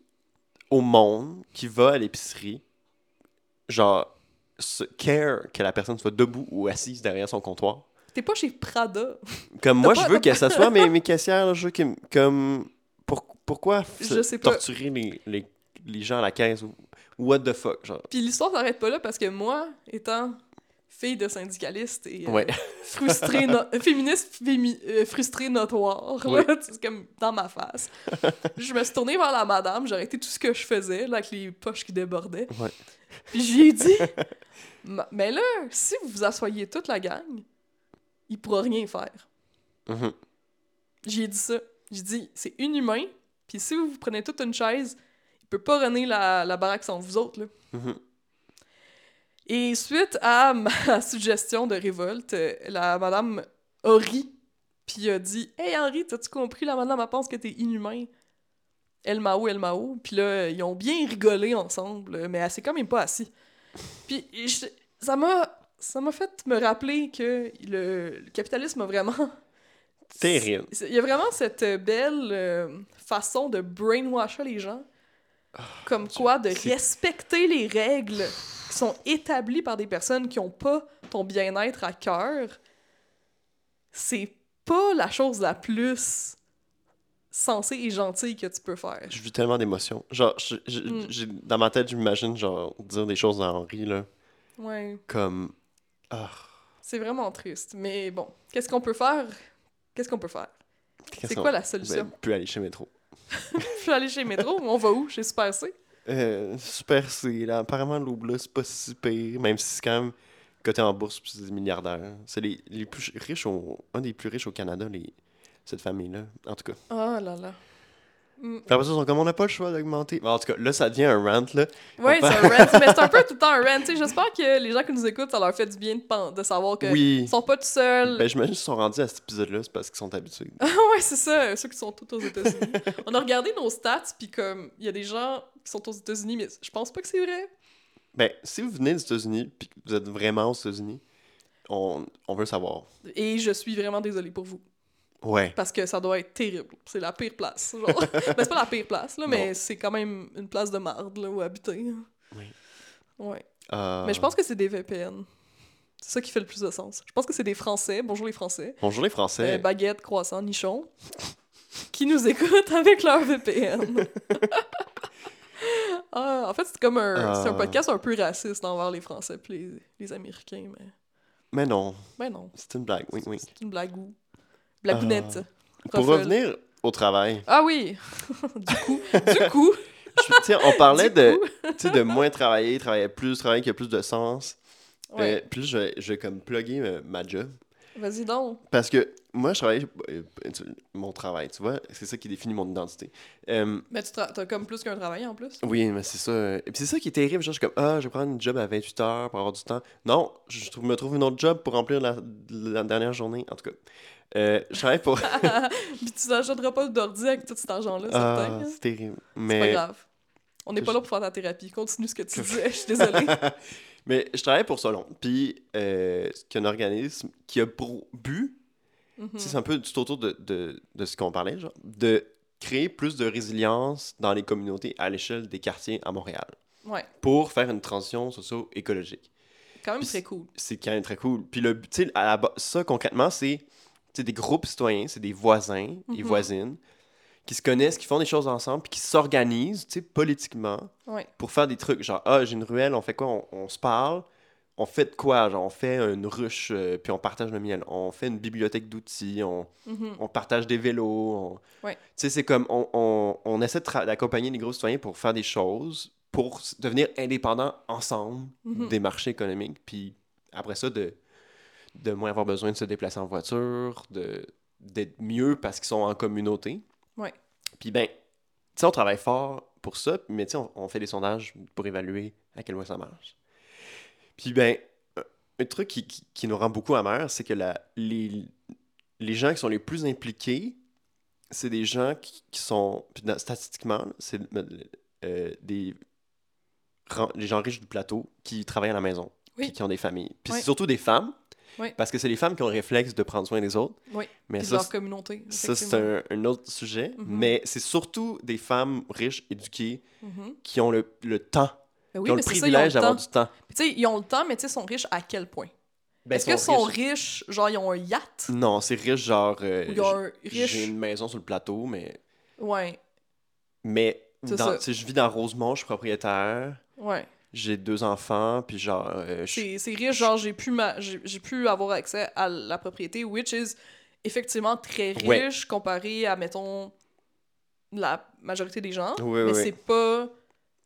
Speaker 2: au monde qui va à l'épicerie, genre, se care que la personne soit debout ou assise derrière son comptoir?
Speaker 1: T'es pas chez Prada.
Speaker 2: Comme moi,
Speaker 1: pas-
Speaker 2: je veux qu'elle
Speaker 1: (laughs)
Speaker 2: s'assoie, mais mes caissières, là, je veux qu'elles- comme, pour- pourquoi se
Speaker 1: Je sais pas.
Speaker 2: torturer les, les, les gens à la caisse? ou- What the fuck, genre.
Speaker 1: Puis l'histoire s'arrête pas là parce que moi, étant fille de syndicaliste et euh,
Speaker 2: Ouais.
Speaker 1: frustrée no- euh, féministe fémi- euh, frustrée notoire,
Speaker 2: Oui.
Speaker 1: là, (laughs) c'est comme dans ma
Speaker 2: (laughs)
Speaker 1: face, je me suis tournée vers la madame, j'ai arrêté tout ce que je faisais, là, avec les poches qui débordaient.
Speaker 2: Ouais.
Speaker 1: Puis je lui ai
Speaker 2: (laughs)
Speaker 1: dit, Ma- mais là, si vous vous asseyez toute la gang, il pourra rien faire.
Speaker 2: Mhm.
Speaker 1: J'ai dit ça. J'ai dit, c'est inhumain, puis si vous prenez toute une chaise, il peut pas runner la, la baraque sans vous autres, là.
Speaker 2: Mhm.
Speaker 1: Et suite à ma (laughs) suggestion de révolte, euh, la madame a ri, puis a dit Hey Henri, t'as-tu compris La madame, elle pense que t'es inhumain. El Mao, El Mao. Puis là, ils ont bien rigolé ensemble, mais elle s'est quand même pas assise. Puis je- ça m'a. Ça m'a fait me rappeler que le, le capitalisme a vraiment.
Speaker 2: Terrible.
Speaker 1: C'est- Il y a vraiment cette belle euh, façon de brainwasher les gens. Comme quoi, de
Speaker 2: Ah, c'est-
Speaker 1: respecter les règles qui sont établies par des personnes qui n'ont pas ton bien-être à cœur, c'est pas la chose la plus sensée et gentille que tu peux faire.
Speaker 2: Je vis tellement d'émotions. Genre, je- je-
Speaker 1: Mm.
Speaker 2: j'ai- dans ma tête, j'imagine, genre, dire des choses à Henri, là,
Speaker 1: Ouais,
Speaker 2: comme... Ah,
Speaker 1: c'est vraiment triste. Mais bon, qu'est-ce qu'on peut faire? Qu'est-ce qu'on peut faire?
Speaker 2: qu'est-ce
Speaker 1: C'est
Speaker 2: qu'on-
Speaker 1: quoi la
Speaker 2: Ben,
Speaker 1: solution?
Speaker 2: plus aller chez Métro.
Speaker 1: Je suis allée chez Métro, on va où? Chez Super C?
Speaker 2: Euh, super, c'est... Là, apparemment, l'Oubla, c'est pas si pire, même si c'est quand même coté en bourse, puis c'est des milliardaires. C'est les, les plus riches au... Un des plus riches au Canada, les... cette famille-là, en tout cas.
Speaker 1: Oh là là. Mm.
Speaker 2: Puis après ça, ils sont comme, on n'a pas le choix d'augmenter. Ben, en tout cas, là, ça devient un rant, là.
Speaker 1: Ouais, c'est
Speaker 2: On
Speaker 1: un rant, mais c'est un peu tout le temps un rant. tu sais, J'espère que les gens qui nous écoutent, ça leur fait du bien de, pen- de savoir qu'ils
Speaker 2: Oui.
Speaker 1: sont pas tout seuls.
Speaker 2: Ben, j'imagine qu'ils sont rendus à cet épisode-là, c'est parce qu'ils sont habitués.
Speaker 1: (laughs) ouais, c'est ça, ceux qui sont tous aux
Speaker 2: (laughs)
Speaker 1: États-Unis. On a regardé nos stats, puis comme, il y a des gens qui sont aux États-Unis, mais je pense pas que c'est vrai.
Speaker 2: Ben, si vous venez des États-Unis, puis que vous êtes vraiment aux États-Unis, on, on veut savoir.
Speaker 1: Et je suis vraiment désolée pour vous,
Speaker 2: Ouais.
Speaker 1: parce que ça doit être terrible. C'est la pire place.
Speaker 2: (laughs)
Speaker 1: Genre. ben, c'est pas la pire place, là, mais
Speaker 2: Non.
Speaker 1: c'est quand même une place de marde là, où habiter. hein.
Speaker 2: Oui.
Speaker 1: Ouais.
Speaker 2: Euh,
Speaker 1: Mais je pense que c'est des VPN. C'est ça qui fait le plus de sens. Je pense que c'est des Français. Bonjour les Français.
Speaker 2: Bonjour les Français.
Speaker 1: Euh, baguette, croissant, nichon, (laughs) qui nous écoutent avec leur VPN. (laughs) Ah, en fait, c'est comme un, c'est un
Speaker 2: Ah.
Speaker 1: podcast un peu raciste envers les Français puis les, les Américains, mais
Speaker 2: Mais non,
Speaker 1: ben non,
Speaker 2: c'est une blague. Oui, oui. Ah.
Speaker 1: c'est une blagou. Blagounette.
Speaker 2: Pour
Speaker 1: Ruffle.
Speaker 2: revenir au travail,
Speaker 1: Ah oui! (laughs) du coup,
Speaker 2: (laughs)
Speaker 1: du coup,
Speaker 2: je- tu sais,
Speaker 1: (laughs)
Speaker 2: on parlait
Speaker 1: Du
Speaker 2: de, tu sais, de moins travailler, travailler plus, travailler qui a plus de sens.
Speaker 1: ouais,
Speaker 2: Euh, puis là, je vais, je vais comme plugger euh, ma job.
Speaker 1: vas-y donc.
Speaker 2: Parce que moi, je travaille. euh, tu- mon travail, tu vois, c'est ça qui définit mon identité. Euh,
Speaker 1: Mais tu tra- t'as comme plus qu'un travail en plus.
Speaker 2: Oui, mais c'est ça. euh, Et puis c'est ça qui est terrible. Genre, je suis comme, ah, je vais prendre une job à 28 heures pour avoir du temps. Non, je trouve- me trouve une autre job pour remplir la, la dernière journée. En tout cas, Euh, je travaille
Speaker 1: (laughs)
Speaker 2: pour.
Speaker 1: (laughs) puis tu t'achèteras pas d'ordi avec tout cet argent-là,
Speaker 2: ah,
Speaker 1: certain.
Speaker 2: c'est terrible.
Speaker 1: C'est pas
Speaker 2: Mais,
Speaker 1: grave. On n'est pas
Speaker 2: Je-
Speaker 1: là pour faire ta thérapie. Continue ce que tu disais, je suis désolée.
Speaker 2: (laughs) mais je travaille pour Solon. Puis, euh, c'est un organisme qui a pour but,
Speaker 1: Mhm.
Speaker 2: tu sais, c'est un peu tout autour de, de, de ce qu'on parlait, genre, de créer plus de résilience dans les communautés à l'échelle des quartiers à Montréal
Speaker 1: Ouais,
Speaker 2: pour faire une transition socio-écologique.
Speaker 1: quand même
Speaker 2: Puis
Speaker 1: très cool.
Speaker 2: c'est quand même très cool. Puis le, tu sais, à la ba- ça concrètement, c'est tu sais, des groupes citoyens, c'est des voisins et
Speaker 1: Mhm.
Speaker 2: voisines qui se connaissent, qui font des choses ensemble, puis qui s'organisent, tu sais, politiquement
Speaker 1: Ouais.
Speaker 2: pour faire des trucs. Genre, ah, j'ai une ruelle, on fait quoi? On, on se parle. On fait de quoi? Genre, on fait une ruche, euh, puis on partage le miel. On fait une bibliothèque d'outils, on,
Speaker 1: Mhm.
Speaker 2: on partage des vélos. On...
Speaker 1: Ouais.
Speaker 2: Tu sais, c'est comme, on, on, on essaie de tra- d'accompagner les gros citoyens pour faire des choses, pour s- devenir indépendants ensemble
Speaker 1: Mhm.
Speaker 2: des marchés économiques, puis après ça, de, de moins avoir besoin de se déplacer en voiture, de, d'être mieux parce qu'ils sont en communauté.
Speaker 1: Ouais.
Speaker 2: Puis ben, tu sais, on travaille fort pour ça, mais tu sais, on, on fait des sondages pour évaluer à quel point ça marche. Puis ben, un- un truc qui, qui- qui nous rend beaucoup amer, c'est que la, les, les gens qui sont les plus impliqués, c'est des gens qui, qui sont, puis dans- statistiquement, là, c'est euh, des ran- les gens riches du plateau qui travaillent à la maison,
Speaker 1: Oui.
Speaker 2: puis qui ont des familles. Puis
Speaker 1: Oui.
Speaker 2: c'est surtout des femmes,
Speaker 1: Oui.
Speaker 2: parce que c'est les femmes qui ont le réflexe de prendre soin des autres.
Speaker 1: Oui.
Speaker 2: Mais
Speaker 1: Puis de
Speaker 2: ça,
Speaker 1: leur communauté.
Speaker 2: ça, c'est
Speaker 1: effectivement.
Speaker 2: un, un autre sujet.
Speaker 1: Mhm.
Speaker 2: Mais c'est surtout des femmes riches, éduquées,
Speaker 1: Mhm.
Speaker 2: qui ont le, le temps,
Speaker 1: Ben
Speaker 2: qui
Speaker 1: oui,
Speaker 2: ont
Speaker 1: mais
Speaker 2: le
Speaker 1: c'est ça, ils ont le
Speaker 2: privilège d'avoir
Speaker 1: temps.
Speaker 2: du temps.
Speaker 1: Puis tu sais, ils ont le temps, mais tu sais, ils sont riches à quel point?
Speaker 2: Ben,
Speaker 1: Est-ce que sont riches, genre, ils ont un yacht?
Speaker 2: Non, c'est riche, genre. euh,
Speaker 1: Ou ils ont un
Speaker 2: j- J'ai
Speaker 1: riche...
Speaker 2: une maison sur le plateau, mais.
Speaker 1: Ouais,
Speaker 2: Mais,
Speaker 1: C'est
Speaker 2: dans-
Speaker 1: ça.
Speaker 2: tu sais, je vis dans Rosemont, je suis propriétaire,
Speaker 1: ouais.
Speaker 2: j'ai deux enfants, puis genre. euh, je-
Speaker 1: C'est c'est riche, genre, j'ai pu, ma... j'ai j'ai pu avoir accès à la propriété, which is effectivement très riche
Speaker 2: Ouais.
Speaker 1: comparé à, mettons, la majorité des gens.
Speaker 2: Ouais,
Speaker 1: mais
Speaker 2: ouais.
Speaker 1: c'est pas...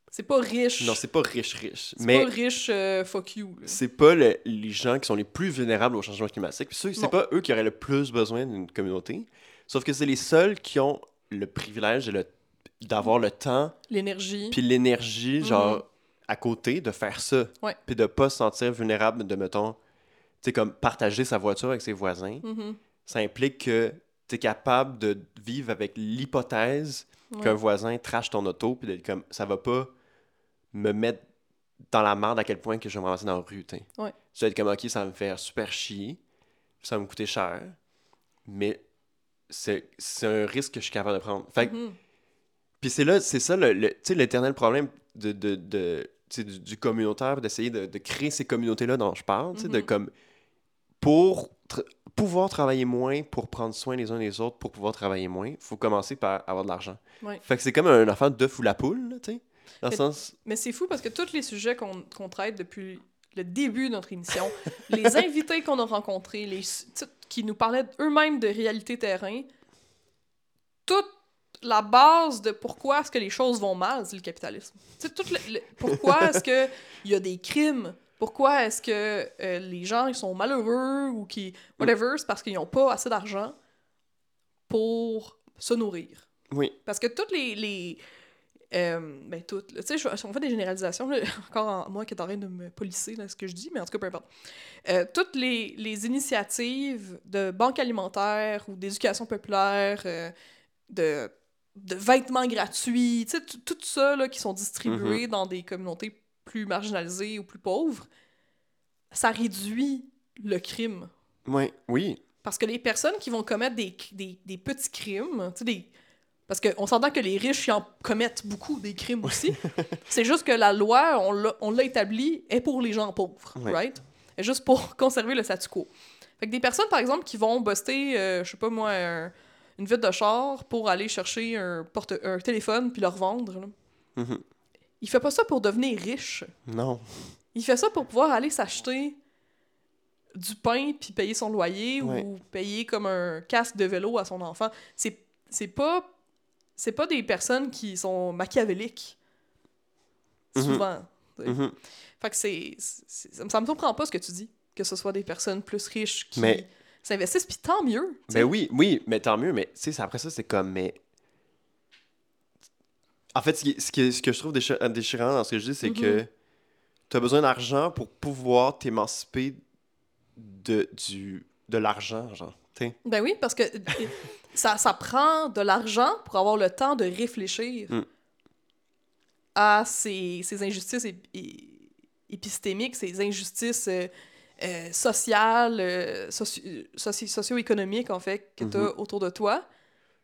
Speaker 1: C'est pas riche.
Speaker 2: Non, c'est pas riche, riche.
Speaker 1: C'est
Speaker 2: Mais
Speaker 1: pas riche, euh, fuck you. là.
Speaker 2: c'est pas le- les gens qui sont les plus vulnérables au changement climatique. Puis ceux- c'est
Speaker 1: Non.
Speaker 2: pas eux qui auraient le plus besoin d'une communauté. Sauf que c'est les seuls qui ont le privilège et le- d'avoir le temps
Speaker 1: L'énergie.
Speaker 2: puis l'énergie,
Speaker 1: Mhm.
Speaker 2: genre, à côté de faire ça.
Speaker 1: Ouais.
Speaker 2: Puis de pas se sentir vulnérable de, mettons, tu sais, comme partager sa voiture avec ses voisins.
Speaker 1: Mhm.
Speaker 2: Ça implique que tu es capable de vivre avec l'hypothèse
Speaker 1: Ouais.
Speaker 2: qu'un voisin trash ton auto, puis d'être comme, ça va pas me mettre dans la merde à quel point que je vais me ramasser dans la rue, tu sais.
Speaker 1: Ouais.
Speaker 2: Tu vas être comme, ok, ça va me faire super chier, ça va me coûter cher, mais c'est c'est un risque que je suis capable de prendre. Fait que
Speaker 1: Mhm.
Speaker 2: puis c'est là, c'est ça le, le- tu sais, l'éternel problème de, de, de- tu sais, du, du communautaire, d'essayer de, de créer ces communautés-là dont je parle, tu sais, de
Speaker 1: Mhm.
Speaker 2: comme pour tra- pouvoir travailler moins, pour prendre soin les uns des autres, pour pouvoir travailler moins, faut commencer par avoir de l'argent.
Speaker 1: Ouais.
Speaker 2: Fait que c'est comme un enfant d'œuf ou la poule, là, tu sais, dans le
Speaker 1: Mais-
Speaker 2: sens.
Speaker 1: Mais c'est fou parce que tous les sujets qu'on qu'on traite depuis le début de notre émission, (laughs) les invités qu'on a rencontrés, les su- tout- qui nous parlaient eux-mêmes de réalité terrain, toute la base de pourquoi est-ce que les choses vont mal, c'est le capitalisme. Tu sais, tout le- le- pourquoi est-ce que il y a des crimes, pourquoi est-ce que euh, les gens ils sont malheureux ou qui whatever, c'est parce qu'ils n'ont pas assez d'argent pour se nourrir.
Speaker 2: Oui.
Speaker 1: Parce que toutes les. les euh, ben, toutes. là. Tu sais, je- si on fait des généralisations, là, (laughs) encore en- moi qui est en train de me polisser là, ce que je dis, mais en tout cas, peu importe. Euh, toutes les, les initiatives de banque alimentaire ou d'éducation populaire, euh, de, de vêtements gratuits, tu sais, tout- tout ça là, qui sont distribués dans des communautés plus marginalisées ou plus pauvres, ça réduit le crime.
Speaker 2: Ouais. Oui.
Speaker 1: Parce que les personnes qui vont commettre des, des, des petits crimes, tu sais, des... parce qu'on s'entend que les riches ils en commettent beaucoup des crimes aussi. c'est juste que la loi, on l'a- on l'a établie, est pour les gens pauvres,
Speaker 2: Ouais.
Speaker 1: right? Et juste pour (laughs) conserver le statu quo. Fait que des personnes, par exemple, qui vont buster, euh, je sais pas moi, un- une vitre de char pour aller chercher un, porte un téléphone puis le revendre, là.
Speaker 2: Mhm.
Speaker 1: il fait pas ça pour devenir riche.
Speaker 2: Non.
Speaker 1: Il fait ça pour pouvoir aller s'acheter du pain puis payer son loyer
Speaker 2: Ouais.
Speaker 1: ou payer comme un casque de vélo à son enfant. C'est c'est pas c'est pas des personnes qui sont machiavéliques
Speaker 2: Mhm.
Speaker 1: souvent.
Speaker 2: Mhm.
Speaker 1: Fait que c'est c'est- ça me ça me surprend pas ce que tu dis que ce soit des personnes plus riches qui
Speaker 2: Mais-
Speaker 1: s'investissent puis tant mieux. tu sais.
Speaker 2: Ben oui, oui, mais tant mieux, mais tu sais, c'est- après ça, c'est comme, mais. En fait, ce, qui- ce qui- ce que je trouve déchi- euh, déchirant dans ce que je dis, c'est que
Speaker 1: Mm-hmm.
Speaker 2: tu as besoin d'argent pour pouvoir t'émanciper de, du- de l'argent, genre. tu sais.
Speaker 1: Ben oui, parce que
Speaker 2: (laughs)
Speaker 1: ça, ça prend de l'argent pour avoir le temps de réfléchir
Speaker 2: Mm.
Speaker 1: à ces, ces injustices ép- é- épistémiques, ces injustices euh, euh, sociales, euh, soci- euh, soci- socio-économiques, en fait, que tu as
Speaker 2: Mm-hmm.
Speaker 1: autour de toi.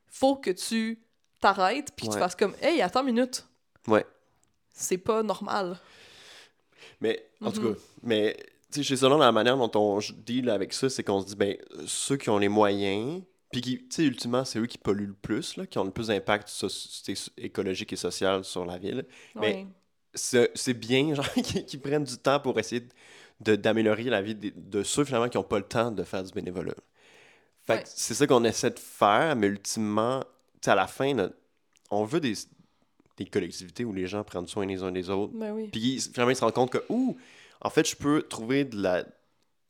Speaker 1: Faut que tu t'arrêtes puis que tu
Speaker 2: Ouais.
Speaker 1: fasses comme Hey, attends une minute.
Speaker 2: Ouais.
Speaker 1: C'est pas normal.
Speaker 2: Mais, en tout
Speaker 1: Mhm.
Speaker 2: cas, mais, tu sais, c'est selon la manière dont on j- deal avec ça, c'est qu'on se dit, ben, ceux qui ont les moyens, puis qui, tu sais, ultimement, c'est eux qui polluent le plus, là, qui ont le plus d'impact so- tu sais, écologique et social sur la ville. Mais-
Speaker 1: Ouais.
Speaker 2: c'est c'est bien, genre, (laughs) qui, qui prennent du temps pour essayer de- d'améliorer la vie des- de, ceux, finalement, qui n'ont pas le temps de faire du bénévolat. Fait que
Speaker 1: Ouais.
Speaker 2: c'est ça qu'on essaie de faire, mais ultimement, tu sais, à la fin, là, on veut des, des collectivités où les gens prennent soin les uns des autres.
Speaker 1: Ben oui.
Speaker 2: Puis finalement, ils se rendent compte que, ouh, en fait, je peux trouver de la,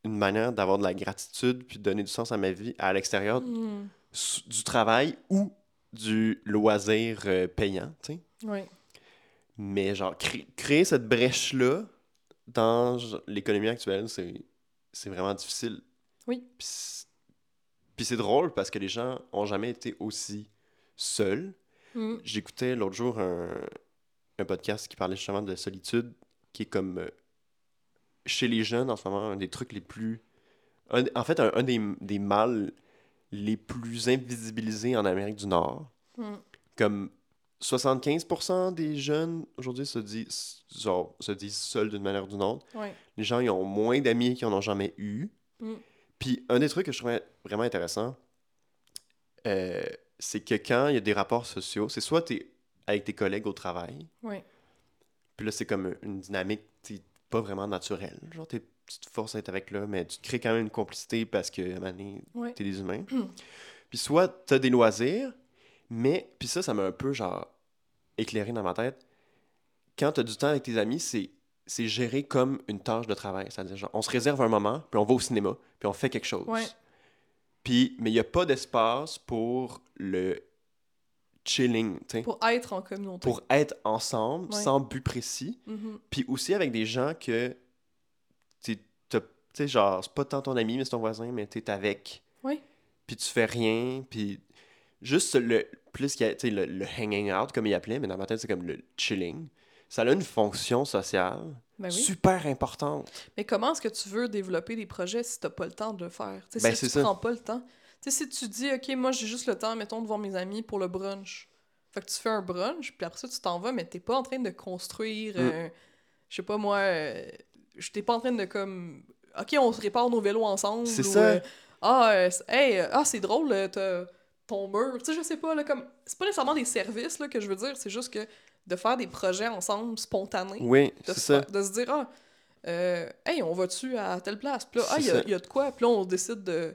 Speaker 2: une manière d'avoir de la gratitude puis de donner du sens à ma vie à l'extérieur
Speaker 1: Mm.
Speaker 2: s- du travail ou du loisir euh, payant, tu sais.
Speaker 1: Ouais.
Speaker 2: Mais genre, cré- créer cette brèche-là, dans genre, l'économie actuelle, c'est c'est vraiment difficile.
Speaker 1: Oui.
Speaker 2: Puis c'est- puis c'est drôle parce que les gens ont jamais été aussi seuls.
Speaker 1: Mm.
Speaker 2: J'écoutais l'autre jour un, un podcast qui parlait justement de solitude, qui est comme euh, chez les jeunes en ce moment, un des trucs les plus. un- en fait, un, un des, des mâles les plus invisibilisés en Amérique du Nord.
Speaker 1: Mm.
Speaker 2: Comme 75% des jeunes aujourd'hui se disent, genre, se disent seuls d'une manière ou d'une autre.
Speaker 1: Ouais.
Speaker 2: Les gens, ils ont moins d'amis qu'ils n'en ont jamais eu.
Speaker 1: Mm.
Speaker 2: Puis un des trucs que je trouvais vraiment intéressant, euh, c'est que quand il y a des rapports sociaux, c'est soit t'es avec tes collègues au travail,
Speaker 1: Ouais.
Speaker 2: puis là, c'est comme une dynamique t'sais, pas vraiment naturelle. Genre, t'es- tu te forces à être avec là, mais tu te crées quand même une complicité parce que, à un moment donné,
Speaker 1: Ouais.
Speaker 2: t'es des
Speaker 1: (clears throat)
Speaker 2: humains. puis soit t'as des loisirs, mais... Puis ça, ça m'a un peu, genre, éclairé dans ma tête. Quand t'as du temps avec tes amis, c'est c'est géré comme une tâche de travail. C'est-à-dire, genre, on se réserve un moment, puis on va au cinéma, puis on fait quelque chose.
Speaker 1: Ouais.
Speaker 2: Puis, mais il n'y a pas d'espace pour le chilling, tu sais. Pour...
Speaker 1: Pour être en communauté.
Speaker 2: être ensemble,
Speaker 1: Ouais.
Speaker 2: sans but précis.
Speaker 1: Mhm.
Speaker 2: Puis aussi avec des gens que t'es- t'as- tu sais, genre, c'est pas tant ton ami, mais c'est ton voisin, mais t'es avec.
Speaker 1: Oui.
Speaker 2: Puis tu fais rien, puis juste le plus qu'il y a, tu sais, le, le hanging out, comme il appelait, mais dans ma tête, c'est comme le chilling. Ça a une fonction sociale
Speaker 1: Ben oui.
Speaker 2: super importante.
Speaker 1: Mais comment est-ce que tu veux développer des projets si t'as pas le temps de le faire? Tu sais,
Speaker 2: Ben,
Speaker 1: si
Speaker 2: c'est
Speaker 1: tu
Speaker 2: ça.
Speaker 1: prends pas le temps. Tu sais, si tu dis, OK, moi, j'ai juste le temps, mettons, de voir mes amis pour le brunch. Fait que tu fais un brunch, puis après ça, tu t'en vas, mais t'es pas en train de construire,
Speaker 2: Mm.
Speaker 1: euh, je sais pas moi, euh, je t'es pas en train de comme, OK, on se répare nos vélos ensemble.
Speaker 2: C'est
Speaker 1: ou,
Speaker 2: ça.
Speaker 1: euh, ah, euh, c- hey, euh, ah, c'est drôle, euh, t'as ton mur. Tu sais, je sais pas, là, comme, c'est pas nécessairement des services, là, que je veux dire, c'est juste que de faire des projets ensemble, spontanés
Speaker 2: Oui,
Speaker 1: de,
Speaker 2: c'est
Speaker 1: se,
Speaker 2: ça.
Speaker 1: faire- de se dire ah, euh, hey, on va-tu à telle place? Puis là, ah,
Speaker 2: C'est
Speaker 1: il y, a-
Speaker 2: ça.
Speaker 1: il y a de quoi? Puis là, on décide de,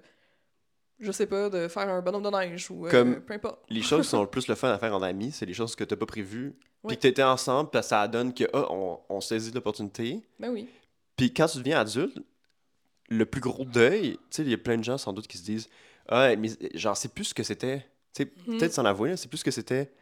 Speaker 1: je sais pas, de faire un bonhomme de neige ou euh,
Speaker 2: Comme-
Speaker 1: peu importe.
Speaker 2: Les choses qui sont le plus le fun à faire en ami, c'est les choses que t'as pas prévues.
Speaker 1: Oui.
Speaker 2: Puis que t'étais ensemble, puis ça donne que, ah, on, on saisit l'opportunité.
Speaker 1: Ben oui.
Speaker 2: Puis quand tu deviens adulte, le plus gros deuil, tu sais, il y a plein de gens sans doute qui se disent Ah, mais genre, c'est plus ce que c'était. Tu sais,
Speaker 1: Mhm.
Speaker 2: peut-être s'en avouer, là, c'est plus ce que c'était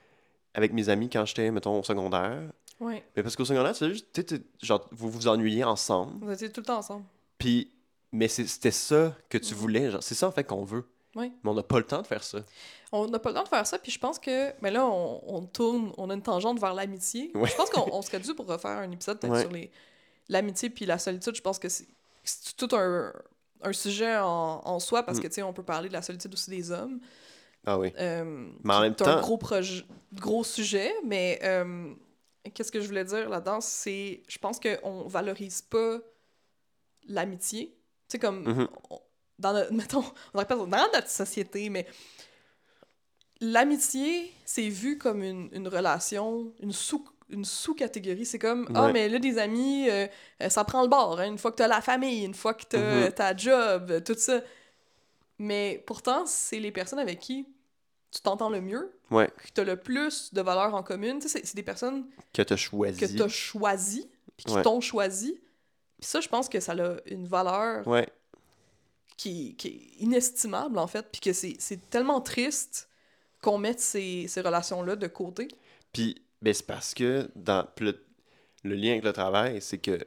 Speaker 2: avec mes amis quand j'étais, mettons, au secondaire.
Speaker 1: Ouais.
Speaker 2: Mais parce qu'au secondaire, tu sais, juste, tu sais, tu- genre, vous vous ennuyez ensemble.
Speaker 1: Vous étiez tout le temps ensemble.
Speaker 2: Puis, mais c'est- c'était ça que tu
Speaker 1: Mhm.
Speaker 2: voulais. Genre, c'est ça, en fait, qu'on veut.
Speaker 1: Oui.
Speaker 2: Mais on n'a pas le temps de faire ça.
Speaker 1: On n'a pas le temps de faire ça, puis je pense que. Mais là, on, on tourne, on a une tangente vers l'amitié.
Speaker 2: Ouais.
Speaker 1: Je pense qu'on on serait dû pour refaire un épisode peut-être
Speaker 2: Ouais.
Speaker 1: sur les l'amitié puis la solitude. Je pense que c'est c'est tout un, un sujet en, en soi parce
Speaker 2: Mm.
Speaker 1: que, tu sais, on peut parler de la solitude aussi des hommes.
Speaker 2: Ah oui.
Speaker 1: Euh,
Speaker 2: Mais en
Speaker 1: qui
Speaker 2: même
Speaker 1: est un
Speaker 2: temps-
Speaker 1: gros, proje- gros sujet, mais euh, qu'est-ce que je voulais dire là-dedans, c'est je pense qu'on valorise pas l'amitié. Tu sais, comme,
Speaker 2: Mhm.
Speaker 1: on- dans notre, (laughs) mettons, on répète, dans notre société, mais l'amitié, c'est vu comme une, une relation, une sous- une sous-catégorie. c'est comme, ah,
Speaker 2: Ouais.
Speaker 1: mais là, des amis, euh, euh, ça prend le bord. hein, une fois que t'as la famille, une fois que t'as
Speaker 2: Mhm.
Speaker 1: ta job, euh, tout ça. Mais pourtant, c'est les personnes avec qui tu t'entends le mieux,
Speaker 2: Ouais.
Speaker 1: que t'as le plus de valeurs en commune. Tu sais, C'est c'est des personnes
Speaker 2: Que t'as choisi.
Speaker 1: que t'as choisies, puis qui
Speaker 2: Ouais.
Speaker 1: t'ont choisi. Puis ça, je pense que ça a une valeur
Speaker 2: Ouais.
Speaker 1: qui, qui est inestimable, en fait, puis que c'est c'est tellement triste qu'on mette ces, ces relations-là de côté.
Speaker 2: Puis, ben, c'est parce que dans puis le, le lien avec le travail, c'est que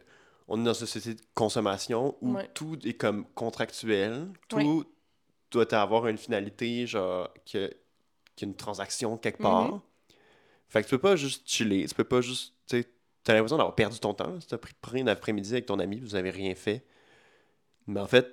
Speaker 2: on est dans une société de consommation où
Speaker 1: Ouais.
Speaker 2: tout est comme contractuel, tout
Speaker 1: Ouais.
Speaker 2: doit avoir une finalité, genre, que, qu'il y a une transaction quelque part.
Speaker 1: Mhm.
Speaker 2: Fait que tu peux pas juste chiller, tu peux pas juste, tu sais, t'as l'impression d'avoir perdu ton temps. Tu as pris, pris un après-midi avec ton ami, vous avez rien fait. Mais en fait,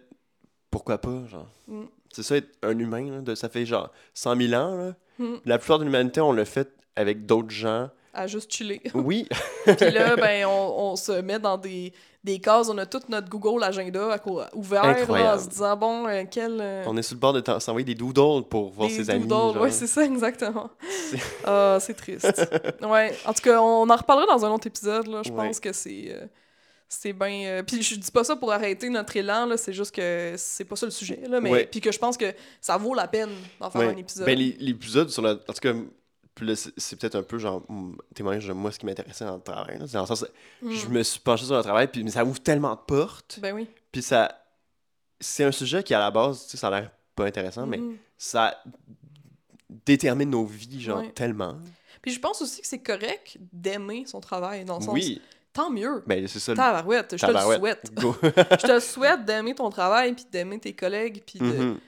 Speaker 2: pourquoi pas, genre?
Speaker 1: Mm.
Speaker 2: C'est ça, être un humain, là, de, ça fait genre 100 000 ans, là.
Speaker 1: Mm.
Speaker 2: La plupart de l'humanité, on l'a fait avec d'autres
Speaker 1: (laughs)
Speaker 2: gens.
Speaker 1: À juste chiller.
Speaker 2: Oui,
Speaker 1: Puis là, ben, on, on se met dans des, des cases, on a toute notre Google Agenda à quoi- ouvert, là, en
Speaker 2: Incroyable.
Speaker 1: se disant, bon, euh, quel... euh,
Speaker 2: on est sur le bord de t'en- s'envoyer des doodles pour voir
Speaker 1: des
Speaker 2: ses amis.
Speaker 1: doodles.
Speaker 2: genre.
Speaker 1: Ouais, c'est ça, exactement. Ah, c'est triste. Ouais, en tout cas, on en reparlera dans un autre épisode, là. Je
Speaker 2: Ouais.
Speaker 1: pense que c'est... euh, c'est bien... euh, Puis je dis pas ça pour arrêter notre élan, là. C'est juste que c'est pas ça le sujet, là. Mais...
Speaker 2: Ouais.
Speaker 1: Puis que je pense que ça vaut la peine d'en faire
Speaker 2: Ouais.
Speaker 1: un épisode.
Speaker 2: Ben, les- l'épisode sur la. En tout cas, puis là, c'est c'est peut-être un peu genre mm, témoignage de moi ce qui m'intéressait dans le travail. là. C'est Dans le sens,
Speaker 1: Mm.
Speaker 2: je me suis penché sur le travail, puis mais ça ouvre tellement de portes.
Speaker 1: Ben oui.
Speaker 2: Puis ça. C'est un sujet qui, à la base, tu sais, ça a l'air pas intéressant, mais
Speaker 1: Mhm.
Speaker 2: ça détermine nos vies, genre,
Speaker 1: Ouais.
Speaker 2: tellement.
Speaker 1: Puis je pense aussi que c'est correct d'aimer son travail, dans le sens...
Speaker 2: Oui,
Speaker 1: tant mieux.
Speaker 2: Ben, c'est ça le
Speaker 1: Tabarouette, je te le
Speaker 2: tabarouette.
Speaker 1: souhaite.
Speaker 2: Go.
Speaker 1: Je te le souhaite d'aimer ton travail, puis d'aimer tes collègues, (laughs) puis
Speaker 2: (laughs)
Speaker 1: de-
Speaker 2: Mhm.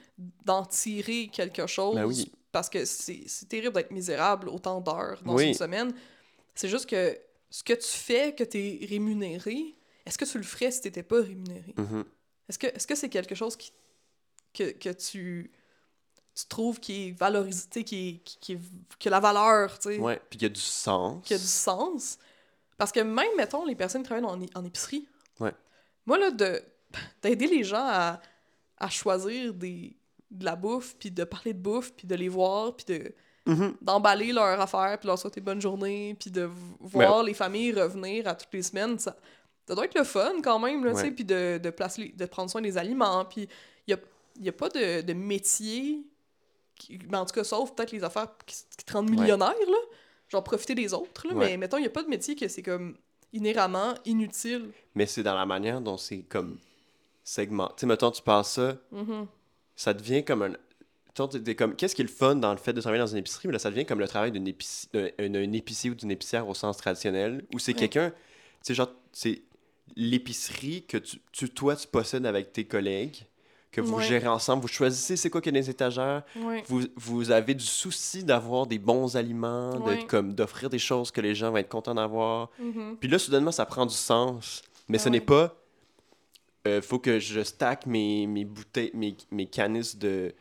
Speaker 1: d'en tirer quelque chose.
Speaker 2: Ben oui.
Speaker 1: Parce que c'est c'est terrible d'être misérable autant d'heures dans
Speaker 2: Oui.
Speaker 1: une semaine. C'est juste que ce que tu fais, que tu es rémunéré, est-ce que tu le ferais si t'étais pas rémunéré?
Speaker 2: Mhm.
Speaker 1: Est-ce que est-ce que c'est quelque chose qui, que, que tu, tu trouves qui est valorisé, tu sais, qui, est- qui, qui est- qui a la valeur, tu sais,
Speaker 2: Ouais, puis il y a du sens.
Speaker 1: qui a du sens? Parce que même, mettons, les personnes qui travaillent en, é- en épicerie,
Speaker 2: Ouais.
Speaker 1: moi, là, de- d'aider les gens à, à choisir des, de la bouffe, puis de parler de bouffe, puis de les voir, puis de
Speaker 2: Mhm.
Speaker 1: d'emballer leur affaire, puis leur souhaiter bonne journée, puis de v- voir les familles revenir à toutes les semaines, ça, ça doit être le fun quand même, là, tu sais,
Speaker 2: Ouais.
Speaker 1: puis de, de, placer les- de prendre soin des aliments, puis il n'y a, y a pas de, de métier, qui- mais en tout cas, sauf peut-être les affaires qui, qui te rendent
Speaker 2: Ouais.
Speaker 1: millionnaire, là, genre profiter des autres, là,
Speaker 2: Ouais.
Speaker 1: mais mettons, il n'y a pas de métier que c'est comme inhéremment inutile.
Speaker 2: Mais c'est dans la manière dont c'est comme segmenté. Tu sais, mettons, tu passes ça,
Speaker 1: Mhm.
Speaker 2: ça devient comme un. mettons, t'es- t'es comme Qu'est-ce qui est le fun dans le fait de travailler dans une épicerie? Mais là, ça devient comme le travail d'un épici- d'un- d'un épicier ou d'une épicière au sens traditionnel, où c'est
Speaker 1: Ouais.
Speaker 2: quelqu'un. Tu sais, genre, c'est l'épicerie que tu, tu- toi, tu possèdes avec tes collègues, que vous
Speaker 1: Ouais.
Speaker 2: gérez ensemble. Vous choisissez c'est quoi qu'il y a dans les étagères.
Speaker 1: Ouais.
Speaker 2: Vous, vous avez du souci d'avoir des bons aliments, de-
Speaker 1: Ouais.
Speaker 2: comme d'offrir des choses que les gens vont être contents d'avoir.
Speaker 1: Mhm.
Speaker 2: Puis là, soudainement, ça prend du sens. Mais
Speaker 1: Ah
Speaker 2: ce n'est
Speaker 1: ouais.
Speaker 2: pas. euh, faut que je stack mes, mes bouteilles, mes, mes canisses de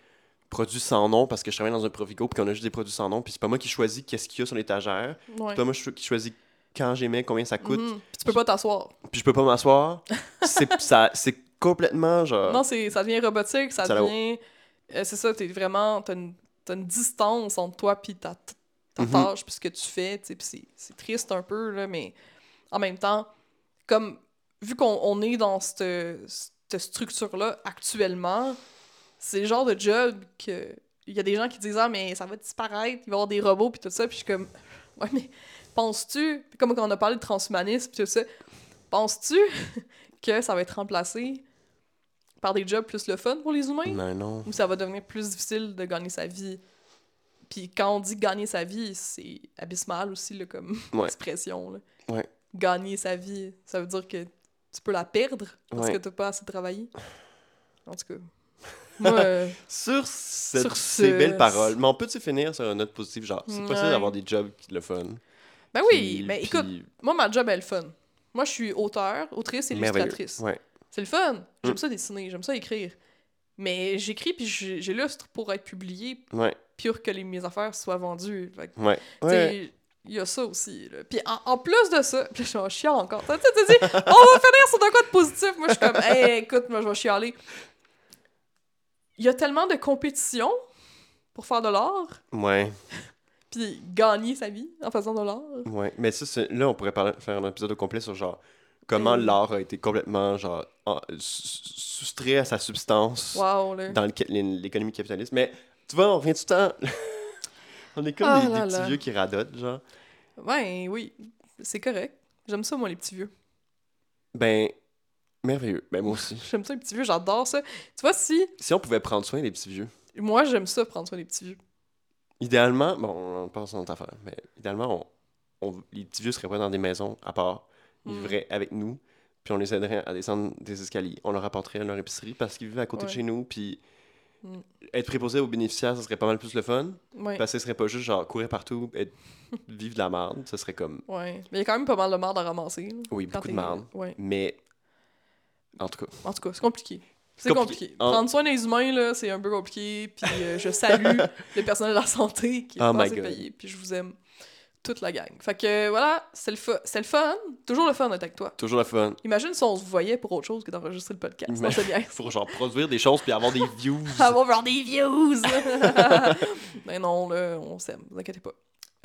Speaker 2: produits sans nom parce que je travaille dans un Provigo puis qu'on a juste des produits sans nom. Puis c'est pas moi qui choisis qu'est-ce qu'il y a sur l'étagère.
Speaker 1: Ouais.
Speaker 2: C'est pas moi cho- qui choisis quand j'aimais, combien ça coûte.
Speaker 1: Mhm. Puis tu peux pas t'asseoir.
Speaker 2: Puis je peux
Speaker 1: (laughs)
Speaker 2: pas m'asseoir. c'est ça- c'est complètement genre.
Speaker 1: Non, c'est, ça devient robotique, ça,
Speaker 2: euh, Ça la-
Speaker 1: devient... euh, c'est ça, t'es vraiment... T'as une, t'as une distance entre toi puis ta, ta
Speaker 2: Mhm.
Speaker 1: tâche, puis ce que tu fais, tu sais, puis c'est, c'est triste un peu, là, mais en même temps, comme... Vu qu'on on est dans cette, cette structure-là actuellement, c'est le genre de job que... Il y a des gens qui disent « Ah, mais ça va disparaître, il va y avoir des robots, puis tout ça. » Puis je suis comme (laughs) « Ouais, mais penses-tu... » Comme quand on a parlé de transhumanisme, puis tout ça. Penses-tu (laughs) que ça va être remplacé par des jobs plus le fun pour les humains
Speaker 2: Non, non.
Speaker 1: ou ça va devenir plus difficile de gagner sa vie. Puis quand on dit gagner sa vie, c'est abysmal aussi là, comme (laughs)
Speaker 2: Ouais.
Speaker 1: expression. là.
Speaker 2: Ouais.
Speaker 1: Gagner sa vie, ça veut dire que tu peux la perdre parce
Speaker 2: Ouais.
Speaker 1: que t'as pas assez travaillé. En tout
Speaker 2: (laughs)
Speaker 1: cas, moi, euh,
Speaker 2: Sur, cette-
Speaker 1: Sur
Speaker 2: ces
Speaker 1: ce-
Speaker 2: belles paroles. Mais on peut-tu finir sur une note positive? Genre, c'est possible
Speaker 1: Ouais.
Speaker 2: d'avoir des jobs qui le fun.
Speaker 1: ben oui,
Speaker 2: Puis-
Speaker 1: mais
Speaker 2: puis-
Speaker 1: écoute, moi ma job elle est le fun. Moi je suis auteur, autrice et
Speaker 2: merveilleux.
Speaker 1: illustratrice.
Speaker 2: Ouais.
Speaker 1: C'est le fun. J'aime
Speaker 2: Mm.
Speaker 1: ça dessiner, j'aime ça écrire. Mais j'écris puis j'ai- j'illustre pour être publié,
Speaker 2: Ouais.
Speaker 1: pire que les, mes affaires soient vendues. Fait que
Speaker 2: Ouais.
Speaker 1: Tu
Speaker 2: ouais.
Speaker 1: sais, Il y a ça aussi. là. Puis en, en plus de ça, (laughs) puis là, je chiale encore. Tu sais, tu dis, on va finir sur de quoi de positif. Moi, je suis comme, hey, écoute, moi, je vais chialer. Il y a tellement de compétition pour faire de l'art,
Speaker 2: Ouais.
Speaker 1: puis gagner sa vie en faisant de l'art.
Speaker 2: Ouais, mais ça, c'est- là, on pourrait parler- faire un épisode au complet sur genre comment
Speaker 1: Ben oui.
Speaker 2: l'art a été complètement genre en- sou- soustrait à sa substance
Speaker 1: Wow, là.
Speaker 2: dans le ca- l'é- l'économie capitaliste. Mais tu vois, on revient tout le temps. (laughs) on est comme
Speaker 1: Ah
Speaker 2: des, des
Speaker 1: là
Speaker 2: petits
Speaker 1: là.
Speaker 2: vieux qui radotent, genre.
Speaker 1: Ouais, oui, c'est correct. J'aime ça, moi, les petits vieux. (laughs)
Speaker 2: Ben, merveilleux. Ben, moi aussi.
Speaker 1: J'aime ça, les petits vieux, j'adore ça. Tu vois, si
Speaker 2: si on pouvait prendre soin des petits vieux,
Speaker 1: moi, j'aime ça, prendre soin des petits vieux.
Speaker 2: idéalement, bon, on pense à notre affaire, mais idéalement, on, on- les petits vieux seraient pas dans des maisons à part. Ils
Speaker 1: Mm.
Speaker 2: vivraient avec nous, puis on les aiderait à descendre des escaliers. On leur apporterait leur épicerie parce qu'ils vivent à côté de
Speaker 1: Ouais.
Speaker 2: chez nous, puis.
Speaker 1: Mm.
Speaker 2: être préposé aux bénéficiaires, ça serait pas mal plus le fun.
Speaker 1: Ouais.
Speaker 2: Parce que ce serait pas juste genre courir partout, être... (laughs) vivre de la merde. Ce serait comme,
Speaker 1: Ouais. Mais il y a quand même pas mal de marde à ramasser. là,
Speaker 2: oui,
Speaker 1: quand
Speaker 2: beaucoup de
Speaker 1: t'es-
Speaker 2: merde.
Speaker 1: Ouais.
Speaker 2: Mais en tout cas,
Speaker 1: En tout cas, c'est compliqué.
Speaker 2: C'est
Speaker 1: C'est
Speaker 2: compliqué.
Speaker 1: compliqué.
Speaker 2: En-
Speaker 1: Prendre soin des humains, là, c'est un peu compliqué. Puis euh, je
Speaker 2: (laughs)
Speaker 1: salue le personnel de la santé qui est
Speaker 2: Oh
Speaker 1: pas
Speaker 2: my
Speaker 1: assez
Speaker 2: God.
Speaker 1: payé. Puis je vous aime toute la gang. Fait que euh, voilà, c'est le, fu- c'est le fun. Toujours le fun d'être avec toi.
Speaker 2: toujours le fun.
Speaker 1: Imagine si on se voyait pour autre chose que d'enregistrer le podcast.
Speaker 2: Mais-
Speaker 1: Non, c'est bien.
Speaker 2: Faut genre produire des choses puis
Speaker 1: (laughs)
Speaker 2: avoir des views.
Speaker 1: Ah, on va avoir des (laughs) views! Mais Ben non, là, on s'aime, vous inquiétez pas.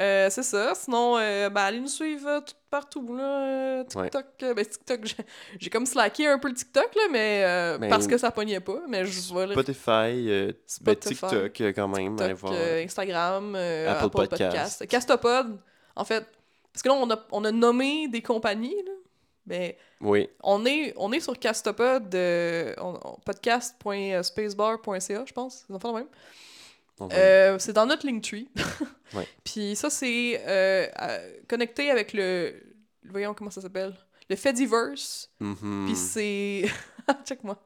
Speaker 1: Euh, c'est ça, sinon, euh, ben, allez nous suivre euh, tout- partout, là, euh, TikTok, euh, ben, TikTok, j'ai- j'ai comme slacké un peu le TikTok, là, mais, euh,
Speaker 2: Mais-
Speaker 1: parce que ça pognait pas, mais je vais le
Speaker 2: Spotify, euh, ben,
Speaker 1: Spotify,
Speaker 2: TikTok euh, quand même, allez
Speaker 1: TikTok,
Speaker 2: voir.
Speaker 1: euh, Instagram, euh,
Speaker 2: Apple
Speaker 1: Apple,
Speaker 2: Podcast.
Speaker 1: Podcast. Castopod, en fait, parce que là, on a, on a nommé des compagnies, là, mais
Speaker 2: Oui,
Speaker 1: on est, on est sur Castopod, euh, on- on- euh, podcast.spacebar.ca, je pense, c'est même.
Speaker 2: on va-
Speaker 1: Euh, c'est dans notre
Speaker 2: (laughs)
Speaker 1: Linktree.
Speaker 2: Ouais.
Speaker 1: Puis ça, c'est euh, à- connecté avec le. Voyons comment ça s'appelle. le fait diverse,
Speaker 2: Mhm.
Speaker 1: puis c'est... (laughs) Check-moi.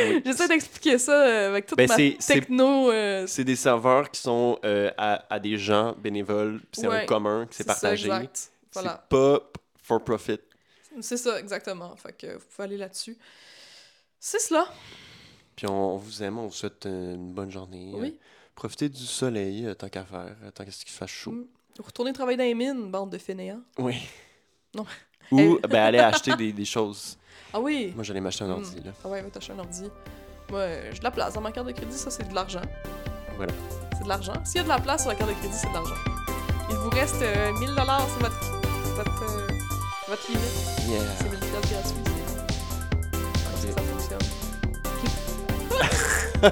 Speaker 2: Oui.
Speaker 1: J'essaie d'expliquer ça euh, avec toute
Speaker 2: Ben,
Speaker 1: ma
Speaker 2: c'est- c'est-
Speaker 1: techno... euh,
Speaker 2: C'est des serveurs qui sont euh, à, à des gens bénévoles, puis c'est
Speaker 1: Ouais.
Speaker 2: un commun, que c'est
Speaker 1: ça,
Speaker 2: partagé.
Speaker 1: exact. Voilà.
Speaker 2: C'est pas for profit.
Speaker 1: C'est ça, exactement. Fait que vous pouvez aller là-dessus. C'est cela.
Speaker 2: Puis on, on vous aime, on vous souhaite une bonne journée.
Speaker 1: Oui.
Speaker 2: Euh, Profitez du soleil euh, tant qu'à faire, euh, tant qu'à ce qu'il fasse chaud.
Speaker 1: Mm. Retournez travailler dans les mines, bande de fainéants.
Speaker 2: Oui.
Speaker 1: Non.
Speaker 2: (laughs) Ou ben, allez acheter des, des choses.
Speaker 1: Ah oui!
Speaker 2: Moi, j'allais m'acheter un
Speaker 1: Mm.
Speaker 2: ordi, là.
Speaker 1: Ah ouais, va t'acheter un ordi. Moi, euh, j'ai de la place dans ma carte de crédit, ça c'est de l'argent.
Speaker 2: Voilà.
Speaker 1: C'est de l'argent. S'il y a de la place sur la carte de crédit, c'est de l'argent. Il vous reste euh, 1000 dollars sur votre, votre, euh, votre limite.
Speaker 2: Yeah.
Speaker 1: C'est 1000 piastres gratuits. c'est- Comme ça, ça fonctionne. (laughs)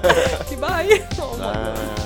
Speaker 1: Ok, bye! On va-
Speaker 2: Bye.